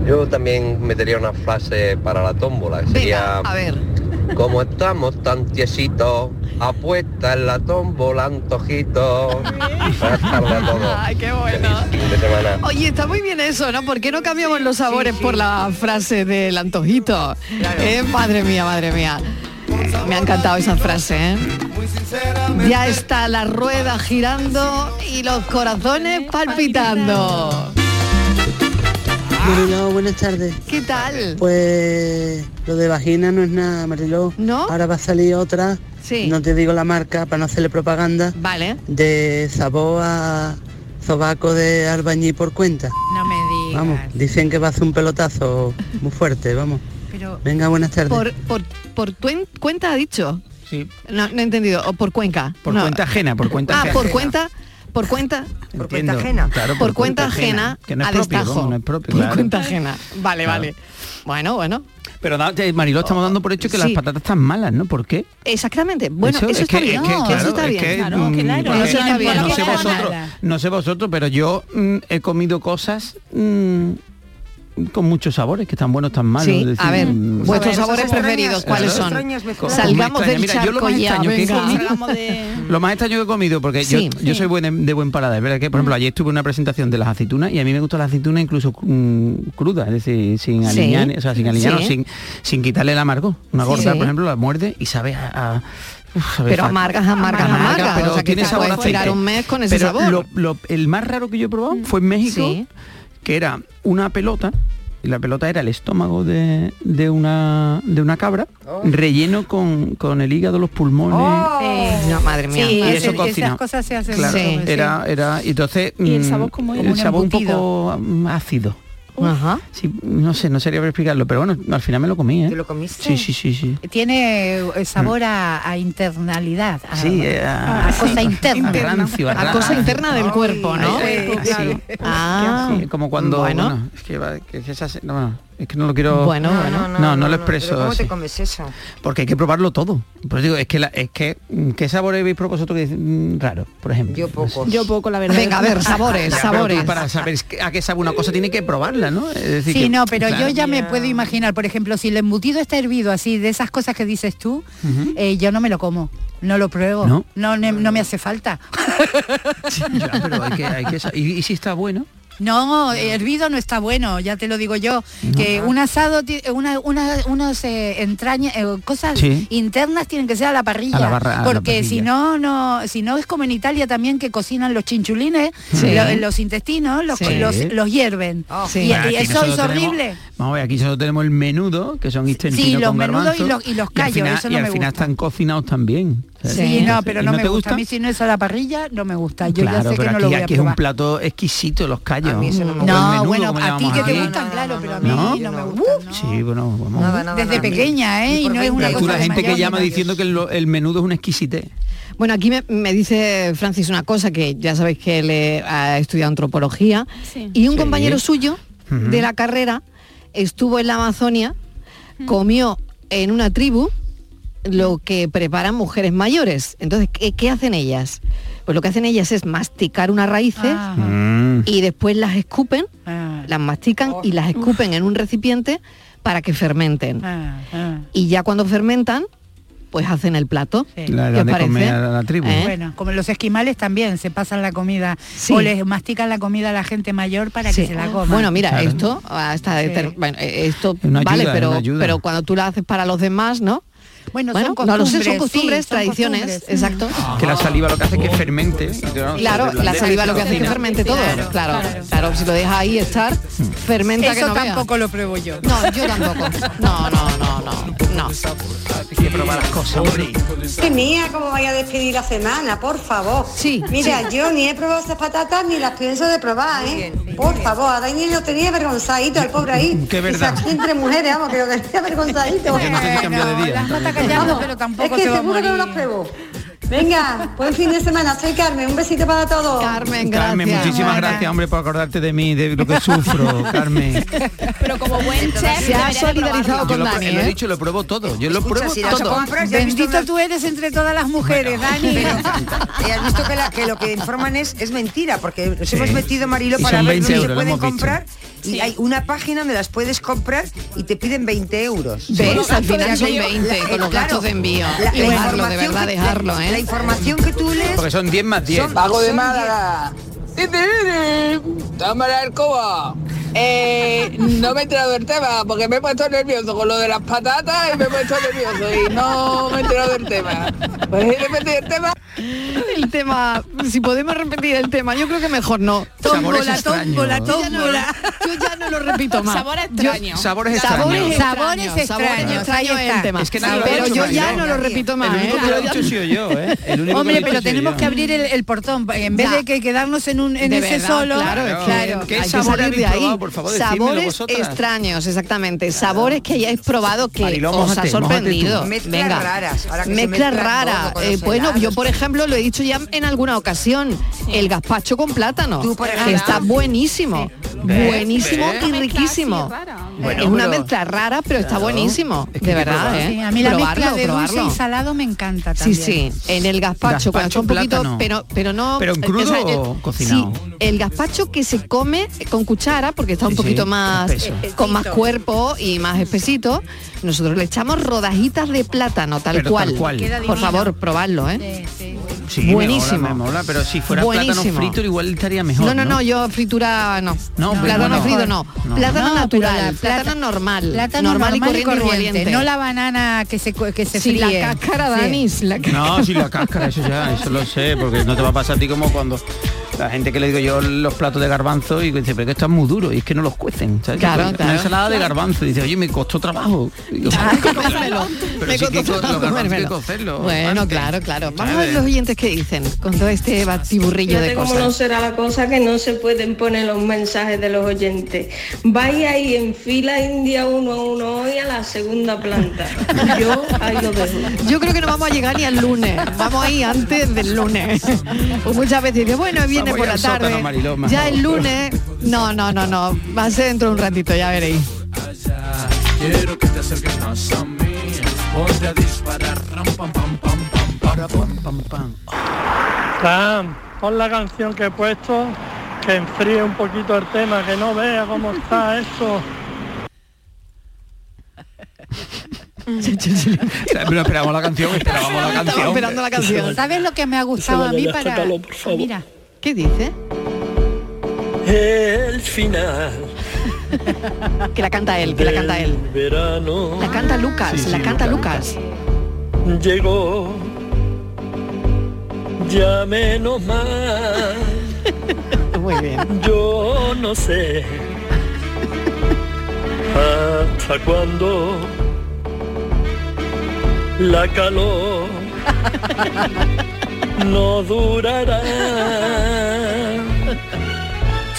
Speaker 16: Yo también metería una frase para la tómbola, que sería,
Speaker 5: A ver.
Speaker 16: [LAUGHS] como estamos tan tiesitos, apuesta en la
Speaker 5: [LAUGHS]
Speaker 16: tómbola, antojito. Buenas tardes a todos.
Speaker 5: Ay, qué bueno.
Speaker 16: Fin de semana.
Speaker 5: Oye, está muy bien eso, ¿no? ¿Por qué no cambiamos los sabores por la frase del antojito? Eh, madre mía, madre mía. Eh, Me ha encantado esa frase, ¿eh? Ya está la rueda girando y los corazones palpitando.
Speaker 17: Mariló, buenas tardes.
Speaker 5: ¿Qué tal?
Speaker 17: Pues lo de vagina no es nada, Mariló.
Speaker 5: ¿No?
Speaker 17: Ahora va a salir otra,
Speaker 5: Sí.
Speaker 17: no te digo la marca para no hacerle propaganda,
Speaker 5: Vale.
Speaker 17: de sabor a sobaco de albañil por cuenta.
Speaker 8: No me digas.
Speaker 17: Vamos, dicen que va a hacer un pelotazo muy fuerte, vamos.
Speaker 8: Pero
Speaker 17: Venga, buenas tardes.
Speaker 5: Por, por, por tuen- cuenta ha dicho.
Speaker 6: Sí.
Speaker 5: No, no he entendido. O por cuenca.
Speaker 6: Por
Speaker 5: No.
Speaker 6: cuenta ajena, por cuenta
Speaker 5: ah,
Speaker 6: ajena.
Speaker 5: por cuenta. Por cuenta.
Speaker 6: Por cuenta ajena. Claro,
Speaker 5: por, cuenta, ajena.
Speaker 6: Que no es
Speaker 5: a
Speaker 6: propio,
Speaker 5: destajo.
Speaker 6: vamos, no es propio,
Speaker 5: Por
Speaker 6: claro.
Speaker 5: cuenta ajena. Vale,
Speaker 6: Claro.
Speaker 5: vale. Bueno, bueno.
Speaker 6: Pero da- eh, Mariló, estamos dando por hecho que las
Speaker 5: Sí.
Speaker 6: patatas están malas, ¿no? ¿Por qué?
Speaker 5: Exactamente. Bueno, eso,
Speaker 6: es
Speaker 5: está
Speaker 6: que-
Speaker 5: bien.
Speaker 6: es que, claro,
Speaker 5: eso está
Speaker 6: es
Speaker 5: bien.
Speaker 6: que, mm, porque-
Speaker 5: Eso está bien.
Speaker 6: No sé vosotros, no sé vosotros, pero yo mm, he comido cosas mm, con muchos sabores, que están buenos, tan malos.
Speaker 5: Sí,
Speaker 6: es decir,
Speaker 5: a ver,
Speaker 6: mm,
Speaker 5: vuestros
Speaker 6: cosas
Speaker 5: sabores
Speaker 6: extrañas.
Speaker 5: preferidos, ¿cuáles son?
Speaker 6: Extrañas me-
Speaker 5: Con- Salgamos
Speaker 6: con-
Speaker 5: del
Speaker 6: Mira, yo lo
Speaker 5: charco
Speaker 6: más
Speaker 5: ya,
Speaker 6: extraño que he
Speaker 5: venga. [LAUGHS]
Speaker 6: comido-
Speaker 5: Salgamos
Speaker 6: Lo más extraño que he comido, porque yo-
Speaker 5: Sí.
Speaker 6: yo, soy buen de, de buen paladar, es verdad que, por ejemplo, ayer estuve en una presentación de las aceitunas y a mí me gustan las aceitunas incluso mm, crudas, es decir, sin
Speaker 18: Sí.
Speaker 6: aliñar, o sea, sin aliñar, no,
Speaker 18: Sí.
Speaker 6: sin, sin quitarle el amargo. Una
Speaker 18: Sí.
Speaker 6: gorda,
Speaker 18: Sí.
Speaker 6: por ejemplo, la muerde y sabe a... a- uf, sabe
Speaker 5: Pero
Speaker 6: fatal.
Speaker 5: amargas, amargas, amargas.
Speaker 6: pero
Speaker 5: o sea, que
Speaker 6: tiene
Speaker 5: te
Speaker 6: sabor a
Speaker 5: puedes tirar
Speaker 6: aceite.
Speaker 5: un mes con ese
Speaker 6: Pero
Speaker 5: sabor. Mm.
Speaker 6: lo- lo- el más raro que yo he probado fue en México,
Speaker 5: Sí.
Speaker 6: que era una pelota, y la pelota era el estómago de, de una, de una cabra,
Speaker 5: Oh.
Speaker 6: relleno con, con el hígado, los pulmones.
Speaker 5: Sí. No, madre mía.
Speaker 6: Sí, Y
Speaker 5: Madre
Speaker 6: eso
Speaker 5: mía.
Speaker 6: cocinado.
Speaker 8: cosas se hacen
Speaker 6: Claro,
Speaker 5: Sí.
Speaker 6: era, era, y entonces
Speaker 5: ¿Y el
Speaker 6: mm,
Speaker 5: sabor cómo era?
Speaker 6: el
Speaker 5: Como un
Speaker 6: sabor un
Speaker 5: embutido.
Speaker 6: poco mm, ácido.
Speaker 5: Ajá.
Speaker 6: Sí, no sé, no sería para explicarlo, pero bueno, al final me lo comí, ¿eh? ¿Te
Speaker 14: lo comiste?
Speaker 6: Sí, sí, sí, sí.
Speaker 8: tiene eh, sabor a, a internalidad. A,
Speaker 6: Mm. Sí, eh, a-
Speaker 8: a cosa interna.
Speaker 6: a rancio, a
Speaker 5: A cosa
Speaker 6: rancio.
Speaker 5: interna del cuerpo, ¿no? Pues,
Speaker 6: Ay, ay,
Speaker 5: Claro.
Speaker 6: así.
Speaker 5: Ah.
Speaker 6: Sí, como cuando
Speaker 5: Bueno.
Speaker 6: bueno, es que, va- que se hace- no, no, es que no lo quiero
Speaker 5: Bueno,
Speaker 6: no,
Speaker 5: bueno.
Speaker 6: no, lo expreso
Speaker 14: ¿Pero ¿Cómo te
Speaker 6: así,
Speaker 14: comes eso?
Speaker 6: porque hay que probarlo todo por eso digo es que la, es que mm, qué sabor habéis probado vosotros que es mm, raro por ejemplo yo poco
Speaker 9: Yo poco, la verdad.
Speaker 5: Venga, a ver, sabores, sabores.
Speaker 6: para saber es que- a qué sabe una cosa tiene que probarla no es decir
Speaker 8: Sí,
Speaker 6: que-
Speaker 8: no, pero
Speaker 6: claro.
Speaker 8: yo ya me puedo imaginar, por ejemplo, si el embutido está hervido así, de esas cosas que dices tú,
Speaker 6: Ujú.
Speaker 8: eh, yo no me lo como, no lo pruebo,
Speaker 6: ¿No?
Speaker 8: no, ne- no me hace falta.
Speaker 6: Ya, pero hay que, hay que sa- y, y si está bueno
Speaker 8: No, hervido no está bueno, ya te lo digo yo. Que un asado, ti- una, una, unos eh, entraña, eh, cosas
Speaker 6: Sí.
Speaker 8: internas tienen que ser a la parrilla.
Speaker 6: A la barra- a la
Speaker 8: porque si no,
Speaker 6: parrilla.
Speaker 8: no, si no es como en Italia también que cocinan los chinchulines,
Speaker 6: Sí.
Speaker 8: lo- los intestinos, los,
Speaker 6: Sí.
Speaker 8: los, los hierven.
Speaker 6: Sí.
Speaker 8: Ah, Y,
Speaker 6: Ah,
Speaker 8: y
Speaker 6: Aquí
Speaker 8: eso
Speaker 6: nosotros
Speaker 8: es horrible.
Speaker 6: tenemos- vamos a ver, aquí solo tenemos el menudo, que son intestinos
Speaker 8: los
Speaker 6: con
Speaker 8: menudos y
Speaker 6: garbanzos,
Speaker 8: los- y los callos,
Speaker 6: al final,
Speaker 8: eso no
Speaker 6: y al
Speaker 8: me
Speaker 6: final están cocinados también. ¿sabes?
Speaker 8: Sí, no, pero
Speaker 6: ¿Y
Speaker 8: no, me
Speaker 6: te
Speaker 8: gusta. A mí si no es a la parrilla, no me gusta. Yo
Speaker 6: claro,
Speaker 8: ya sé que
Speaker 6: pero
Speaker 8: no
Speaker 6: aquí,
Speaker 8: lo voy a
Speaker 6: aquí es un
Speaker 8: probar.
Speaker 6: plato exquisito, los callos.
Speaker 8: No,
Speaker 6: El menudo,
Speaker 8: Ah, bueno,
Speaker 6: como le
Speaker 8: a ti
Speaker 6: llamamos
Speaker 8: que te
Speaker 6: aquí.
Speaker 8: gustan, claro, pero a mí
Speaker 6: ¿No? Uh,
Speaker 8: no, me gusta.
Speaker 6: Sí, bueno, vamos.
Speaker 8: Desde pequeña, ¿eh? Y no es una
Speaker 6: Tú
Speaker 8: cosa
Speaker 6: la
Speaker 8: de
Speaker 6: gente que
Speaker 8: mayor ni
Speaker 6: llama
Speaker 8: nada.
Speaker 6: diciendo que el, lo- el menudo es una exquisitez.
Speaker 5: Bueno, aquí me, me dice Francis una cosa que ya sabéis que él eh, ha estudiado antropología y un
Speaker 19: Sí.
Speaker 5: compañero suyo
Speaker 19: Ujú.
Speaker 5: de la carrera estuvo en la Amazonia, comió en una tribu lo que preparan mujeres mayores. Entonces, ¿qué, qué hacen ellas? Pues lo que hacen ellas es masticar unas raíces Ah.
Speaker 19: Ah.
Speaker 5: y después las escupen, las mastican y las escupen en un recipiente para que fermenten.
Speaker 8: Ah.
Speaker 5: Y ya cuando fermentan, pues hacen el plato.
Speaker 6: La
Speaker 5: ¿Qué os
Speaker 6: dan de
Speaker 5: parece?
Speaker 6: comer a la tribu.
Speaker 5: ¿Eh?
Speaker 8: Bueno, como los esquimales también se pasan la comida o les mastican la comida a la gente mayor para
Speaker 5: Sí.
Speaker 8: que se la coma.
Speaker 5: Bueno, mira,
Speaker 8: Claro.
Speaker 5: esto hasta
Speaker 8: Sí.
Speaker 5: determ- bueno, eh, esto
Speaker 6: Una
Speaker 5: vale,
Speaker 6: ayuda,
Speaker 5: pero
Speaker 6: una ayuda.
Speaker 5: pero cuando tú la haces para los demás, ¿no?
Speaker 8: Bueno, son
Speaker 5: no lo sé,
Speaker 8: costumbres,
Speaker 5: son costumbres,
Speaker 8: sí, son
Speaker 5: tradiciones,
Speaker 8: costumbres. Mm.
Speaker 5: exacto.
Speaker 6: Que
Speaker 8: Ah.
Speaker 6: la saliva lo que hace es que
Speaker 8: Oh.
Speaker 6: fermente. y te da-
Speaker 5: Claro,
Speaker 6: te
Speaker 5: la saliva lo que hace es que
Speaker 6: cocina.
Speaker 5: fermente todo. Claro, claro, si lo dejas ahí estar,
Speaker 6: Mm.
Speaker 5: fermenta que
Speaker 8: Eso
Speaker 5: no veas.
Speaker 8: tampoco lo pruebo yo.
Speaker 5: No, yo tampoco. No, no, no, no, no.
Speaker 6: Hay que probar las cosas, hombre.
Speaker 20: Que mía, cómo vaya a despedir la semana, por favor. Sí. Mira,
Speaker 5: sí.
Speaker 20: yo ni he probado esas patatas ni las pienso de probar, ¿eh? por favor, a Daniel lo tenía avergonzadito, el pobre ahí.
Speaker 6: Mm, Qué verdad.
Speaker 20: Aquí entre mujeres, vamos, que lo tenía avergonzadito.
Speaker 6: Yo no sé si cambia de día.
Speaker 20: Vamos,
Speaker 8: pero tampoco
Speaker 20: Es
Speaker 8: se
Speaker 20: que
Speaker 8: va a
Speaker 20: seguro que no las pruebo. Venga, buen fin de semana. Soy Carmen, un besito para todos.
Speaker 5: Carmen,
Speaker 6: Carmen, muchísimas gracias, hombre, por acordarte de mí, de lo que
Speaker 5: [LAUGHS]
Speaker 6: sufro, Carmen.
Speaker 9: Pero como buen chef,
Speaker 5: Se ha
Speaker 9: debería de
Speaker 5: solidarizado
Speaker 9: probarlo.
Speaker 6: Yo
Speaker 5: con
Speaker 6: lo,
Speaker 5: Dani,
Speaker 6: lo he
Speaker 5: ¿eh?
Speaker 6: dicho, lo pruebo todo. Yo lo pruebo
Speaker 11: si las
Speaker 6: todo.
Speaker 11: compras, ya has visto
Speaker 8: Bendito tú eres entre todas las mujeres,
Speaker 11: [LAUGHS]
Speaker 8: Dani.
Speaker 11: Y eh, has visto que, la- que lo que informan es, es mentira, porque nos
Speaker 6: Sí.
Speaker 11: hemos metido Marilo
Speaker 6: Y
Speaker 11: para
Speaker 6: son
Speaker 11: ver
Speaker 6: 20
Speaker 11: dónde se
Speaker 6: euros, lo
Speaker 11: pueden
Speaker 6: hemos visto.
Speaker 11: comprar. Y hay una página donde las puedes comprar y te piden 20 euros.
Speaker 5: ¿Ves? Con los Al gastos final de son envío. 20,
Speaker 11: eh,
Speaker 5: con los gastos de envío. Y dejarlo, de
Speaker 11: información
Speaker 5: verdad,
Speaker 11: que-
Speaker 5: dejarlo, ¿eh?
Speaker 11: La información que tú lees...
Speaker 6: Porque son 10 más 10.
Speaker 11: Pago de
Speaker 17: Málaga. Toma la escoba. Eh, no me he enterado del tema porque me he puesto nervioso con lo de las patatas y me he puesto nervioso y no me he enterado del tema. Pues repetí el tema.
Speaker 5: El tema, si podemos repetir el tema, yo creo que mejor no.
Speaker 6: Sabores extraños.
Speaker 5: Yo ya no- Yo ya no lo repito más.
Speaker 6: Sabor
Speaker 5: Yo-
Speaker 6: extraño. Sabores extraños.
Speaker 8: Sabores
Speaker 5: Sabores extraños. Sabores
Speaker 8: extraños,
Speaker 5: extraños
Speaker 8: ahí
Speaker 5: es el
Speaker 8: está.
Speaker 5: tema.
Speaker 6: Es que nadie lo ha
Speaker 5: pero
Speaker 6: dicho,
Speaker 5: yo ya
Speaker 6: Mariló.
Speaker 5: no lo repito más.
Speaker 6: El único
Speaker 5: ¿eh?
Speaker 6: que lo ha dicho sí o yo, ¿eh? El único que
Speaker 8: Hombre,
Speaker 6: lo he
Speaker 8: pero
Speaker 6: dicho sí
Speaker 8: tenemos
Speaker 6: yo.
Speaker 8: que abrir el, el portón. En vez
Speaker 5: Ya.
Speaker 8: de que quedarnos en, un, en
Speaker 5: De
Speaker 8: ese
Speaker 5: verdad,
Speaker 8: solo.
Speaker 5: Claro, es que
Speaker 6: ¿Qué
Speaker 5: hay que
Speaker 6: sabor
Speaker 5: salir
Speaker 6: habéis
Speaker 5: de ahí.
Speaker 6: probado? Por favor, decídmelo
Speaker 5: Sabores
Speaker 6: vosotras.
Speaker 5: extraños, exactamente. Sabores que hayáis probado que
Speaker 6: Mariló,
Speaker 5: os
Speaker 6: mójate,
Speaker 5: ha sorprendido.
Speaker 6: mójate tú.
Speaker 11: Mezclas
Speaker 5: Venga.
Speaker 11: raras, ahora que se
Speaker 5: Mezcla
Speaker 11: mezclan
Speaker 5: rara.
Speaker 11: todo con
Speaker 5: Eh,
Speaker 11: los
Speaker 5: bueno, yo
Speaker 11: helados.
Speaker 5: por ejemplo lo he dicho ya en alguna ocasión. El gazpacho con plátano.
Speaker 11: Tú, por
Speaker 5: que
Speaker 11: ejemplo.
Speaker 5: está buenísimo.
Speaker 6: ¿Ves?
Speaker 5: Buenísimo
Speaker 6: ¿Ves?
Speaker 5: y riquísimo.
Speaker 6: Bueno,
Speaker 5: es una
Speaker 6: pero-
Speaker 5: mezcla rara, pero está
Speaker 6: Claro.
Speaker 5: buenísimo.
Speaker 6: Es que
Speaker 5: de
Speaker 6: hay que
Speaker 5: verdad,
Speaker 6: probar.
Speaker 5: ¿eh?
Speaker 8: Sí, a mí la mezcla
Speaker 5: Probarlo,
Speaker 8: de dulce
Speaker 5: probarlo.
Speaker 8: y salado me encanta
Speaker 5: Sí,
Speaker 8: también.
Speaker 5: sí, en el gazpacho, cuando está
Speaker 6: Gazpacho,
Speaker 5: un poquito,
Speaker 6: plátano.
Speaker 5: pero, pero no...
Speaker 6: ¿Pero en crudo
Speaker 5: eh,
Speaker 6: o cocinado?
Speaker 5: Sí, el gazpacho que se come con cuchara, porque está un
Speaker 6: Sí, sí,
Speaker 5: poquito más... eh,
Speaker 6: espeso.
Speaker 5: con más cuerpo y más espesito, nosotros le echamos rodajitas de plátano, tal
Speaker 6: Pero
Speaker 5: cual.
Speaker 6: tal cual. Queda
Speaker 5: Por
Speaker 6: divino.
Speaker 5: favor, probadlo, ¿eh?
Speaker 6: Sí, me mola,
Speaker 5: Buenísimo.
Speaker 6: me mola, pero si fuera
Speaker 5: Buenísimo.
Speaker 6: plátano frito igual estaría mejor.
Speaker 5: no, no, no, yo fritura no.
Speaker 6: No, hombre,
Speaker 5: plátano
Speaker 6: no.
Speaker 5: frito no. Plátano
Speaker 6: No.
Speaker 8: No, pero
Speaker 5: natural,
Speaker 8: la plata-
Speaker 5: plátano normal,
Speaker 8: Plátano
Speaker 5: normal, y corriente. y
Speaker 8: corriente,
Speaker 5: moliente.
Speaker 8: no la banana que se, co- que se
Speaker 5: Sí, la
Speaker 8: fríe. [LAUGHS]
Speaker 5: cáscara, Dani, la
Speaker 6: No, si la cáscara, eso ya, eso lo sé, porque no te va a pasar a ti como cuando la gente que le digo yo los platos de garbanzo y dice, pero que están muy duros y es que no los cuecen. ¿sabes?
Speaker 5: Claro,
Speaker 6: Una
Speaker 5: claro.
Speaker 6: ensalada de garbanzo y dice, oye, me costó trabajo. Y yo,
Speaker 5: [LAUGHS] Ah,
Speaker 6: pero
Speaker 5: [LAUGHS] comérmelo.
Speaker 6: pero
Speaker 5: Me
Speaker 6: sí
Speaker 5: costó
Speaker 6: que co- los
Speaker 5: trabajo
Speaker 6: garbanzos hay que
Speaker 5: comérmelo.
Speaker 6: cocerlos.
Speaker 5: Bueno,
Speaker 6: antes.
Speaker 5: claro, claro. Vamos a
Speaker 6: ¿Sabes?
Speaker 5: ver los oyentes qué dicen con todo este batiburrillo de
Speaker 12: Fíjate cómo no
Speaker 5: cosas.
Speaker 12: será la cosa que no se pueden poner los mensajes de los oyentes. Vaya ahí en fila india uno a uno hoy a la segunda planta. Yo ahí lo dejo.
Speaker 5: Yo creo que no vamos a llegar ni al lunes. Vamos ahí antes del lunes. Pues muchas veces dice, bueno, viene por
Speaker 6: Vamos ya
Speaker 5: la
Speaker 6: al sótano,
Speaker 5: tarde.
Speaker 6: Mariló, más
Speaker 5: ya
Speaker 6: no.
Speaker 5: el lunes. No, no, no, no. Va a ser dentro de un ratito, ya veréis.
Speaker 21: Quiero que te acerques más a mí. Ponte a disparar. Ram, pam, pam, pam, pam, pam, pam, pam, pam.
Speaker 22: Pam, pon la canción que he puesto, que enfríe un poquito el tema, que no vea cómo está eso.
Speaker 6: Pero esperamos la canción, esperábamos la canción.
Speaker 5: esperando la canción.
Speaker 8: ¿Sabes lo que me ha
Speaker 5: Se
Speaker 8: gustado a
Speaker 5: vaya
Speaker 8: mí
Speaker 5: ya,
Speaker 8: para...?
Speaker 5: escápalo, por favor.
Speaker 8: Mira,
Speaker 5: ¿Qué dice?
Speaker 19: el final
Speaker 5: Que la canta él, que la canta él.
Speaker 19: verano
Speaker 5: La canta Lucas,
Speaker 19: Sí, sí,
Speaker 5: la
Speaker 19: lo
Speaker 5: canta Lucas.
Speaker 19: llegó ya menos mal
Speaker 5: [LAUGHS] Muy bien.
Speaker 19: yo no sé hasta cuándo la
Speaker 5: [LAUGHS]
Speaker 19: calor no durará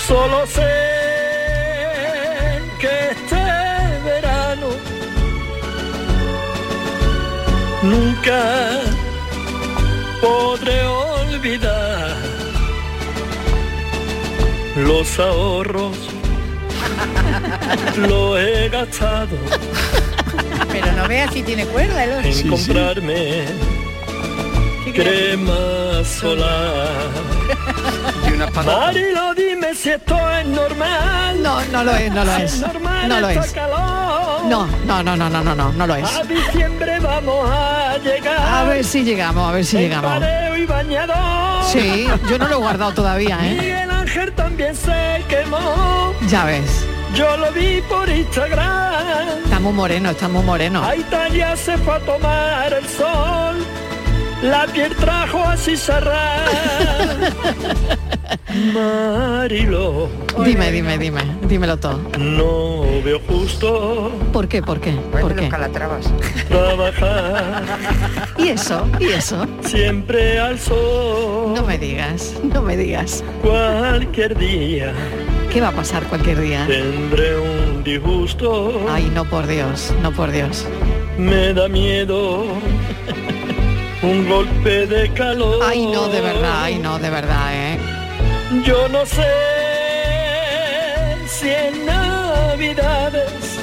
Speaker 19: solo sé que este verano nunca podré olvidar los ahorros lo
Speaker 5: [LAUGHS]
Speaker 19: he gastado
Speaker 8: Pero no veas si tiene cuerda el otro.
Speaker 19: en comprarme
Speaker 5: [LAUGHS]
Speaker 19: crema solar y una Marilo, dime si esto es normal.
Speaker 5: No, no lo es, no lo es.
Speaker 19: normal
Speaker 5: No lo
Speaker 19: esta
Speaker 5: es.
Speaker 19: calor.
Speaker 5: No, no, no, no, no, no, no, no lo es.
Speaker 19: A diciembre vamos a llegar.
Speaker 5: A ver si llegamos, a ver si
Speaker 19: En
Speaker 5: llegamos.
Speaker 19: pareo y bañador.
Speaker 5: Sí, yo no lo he guardado todavía, ¿eh?
Speaker 19: Miguel Ángel también se quemó.
Speaker 5: Ya ves.
Speaker 19: Yo lo vi por Instagram.
Speaker 5: Está muy moreno, está muy moreno.
Speaker 19: A Italia se fue a tomar el sol. La piel trajo
Speaker 5: [LAUGHS]
Speaker 19: a Cizarrán. Marilo,
Speaker 5: Dime, dime, dime, dímelo todo.
Speaker 19: no veo justo
Speaker 5: ¿Por qué? ¿Por qué? ¿Por qué?
Speaker 19: trabajar
Speaker 5: ¿Y eso? ¿Y eso?
Speaker 19: siempre al sol.
Speaker 5: No me digas, no me digas.
Speaker 19: Cualquier día
Speaker 5: ¿Qué va a pasar cualquier día?
Speaker 19: tendré un disgusto.
Speaker 5: Ay, no por Dios, no por Dios.
Speaker 19: Me da miedo un golpe de calor.
Speaker 5: Ay, no, de verdad, ay, no, de verdad, ¿eh?
Speaker 19: Yo no sé si en Navidades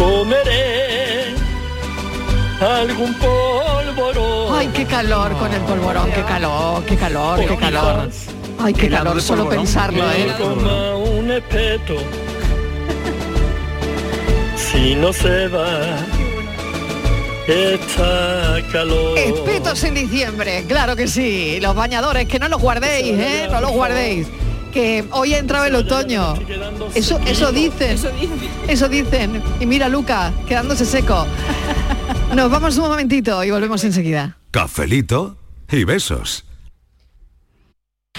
Speaker 19: comeré algún polvorón.
Speaker 5: Ay, qué calor con el polvorón, qué calor, qué calor, qué
Speaker 19: Porque
Speaker 5: calor.
Speaker 19: quizás
Speaker 5: Ay, qué calor, solo pensarlo, ¿eh?
Speaker 19: me coma un espeto si no se va esta calor.
Speaker 5: Espetos en diciembre, claro que sí. Los bañadores, que no los guardéis, ¿eh? No los guardéis. Que hoy ha entrado el otoño. Eso, eso dicen. Eso dicen. Y mira, Luca, quedándose seco. Nos vamos un momentito y volvemos enseguida.
Speaker 3: Cafelito y besos.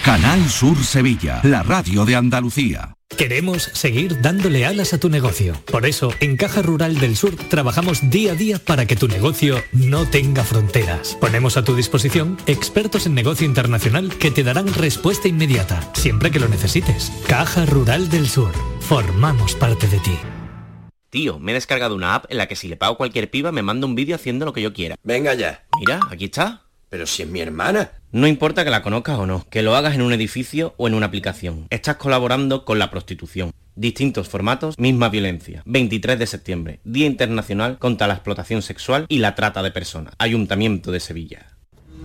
Speaker 1: Canal Sur Sevilla, la radio de Andalucía.
Speaker 23: Queremos seguir dándole alas a tu negocio. Por eso, en Caja Rural del Sur trabajamos día a día para que tu negocio no tenga fronteras. Ponemos a tu disposición expertos en negocio internacional que te darán respuesta inmediata, siempre que lo necesites. Caja Rural del Sur. Formamos parte de ti.
Speaker 24: Tío, me he descargado una app en la que si le pago a cualquier piba me manda un vídeo haciendo lo que yo quiera. Venga ya. Mira, aquí está. Pero si es mi hermana. No importa que la conozcas o no, que lo hagas en un edificio o en una aplicación. Estás colaborando con la prostitución. Distintos formatos, misma violencia. 23 de septiembre, Día Internacional contra la Explotación Sexual y la Trata de Personas. Ayuntamiento de Sevilla.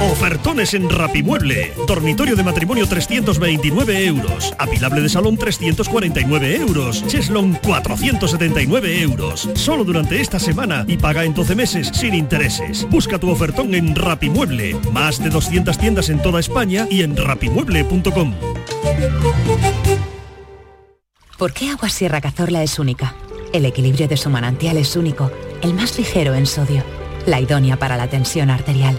Speaker 25: Ofertones en Rapimueble. Dormitorio de matrimonio 329 euros. Apilable de salón 349 euros. Cheslon 479 euros. Solo durante esta semana y paga en 12 meses sin intereses. Busca tu ofertón en Rapimueble. Más de 200 tiendas en toda España y en rapimueble.com.
Speaker 26: ¿Por qué Agua Sierra Cazorla es única? El equilibrio de su manantial es único, el más ligero en sodio, la idónea para la tensión arterial,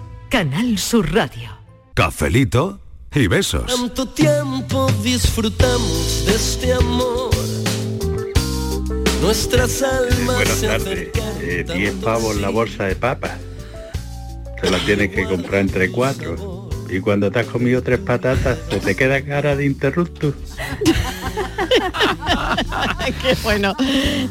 Speaker 1: Canal Sur Radio.
Speaker 27: Cafelito y besos.
Speaker 19: Tanto tiempo disfrutamos de este amor. Nuestras almas
Speaker 23: Buenas
Speaker 19: se
Speaker 23: tardes.
Speaker 19: acercan.
Speaker 23: Eh, 10 pavos la bolsa de papas. Te la tienes que comprar entre cuatro. Y cuando te has comido tres patatas, se te queda cara de interruptus.
Speaker 5: [LAUGHS] qué bueno.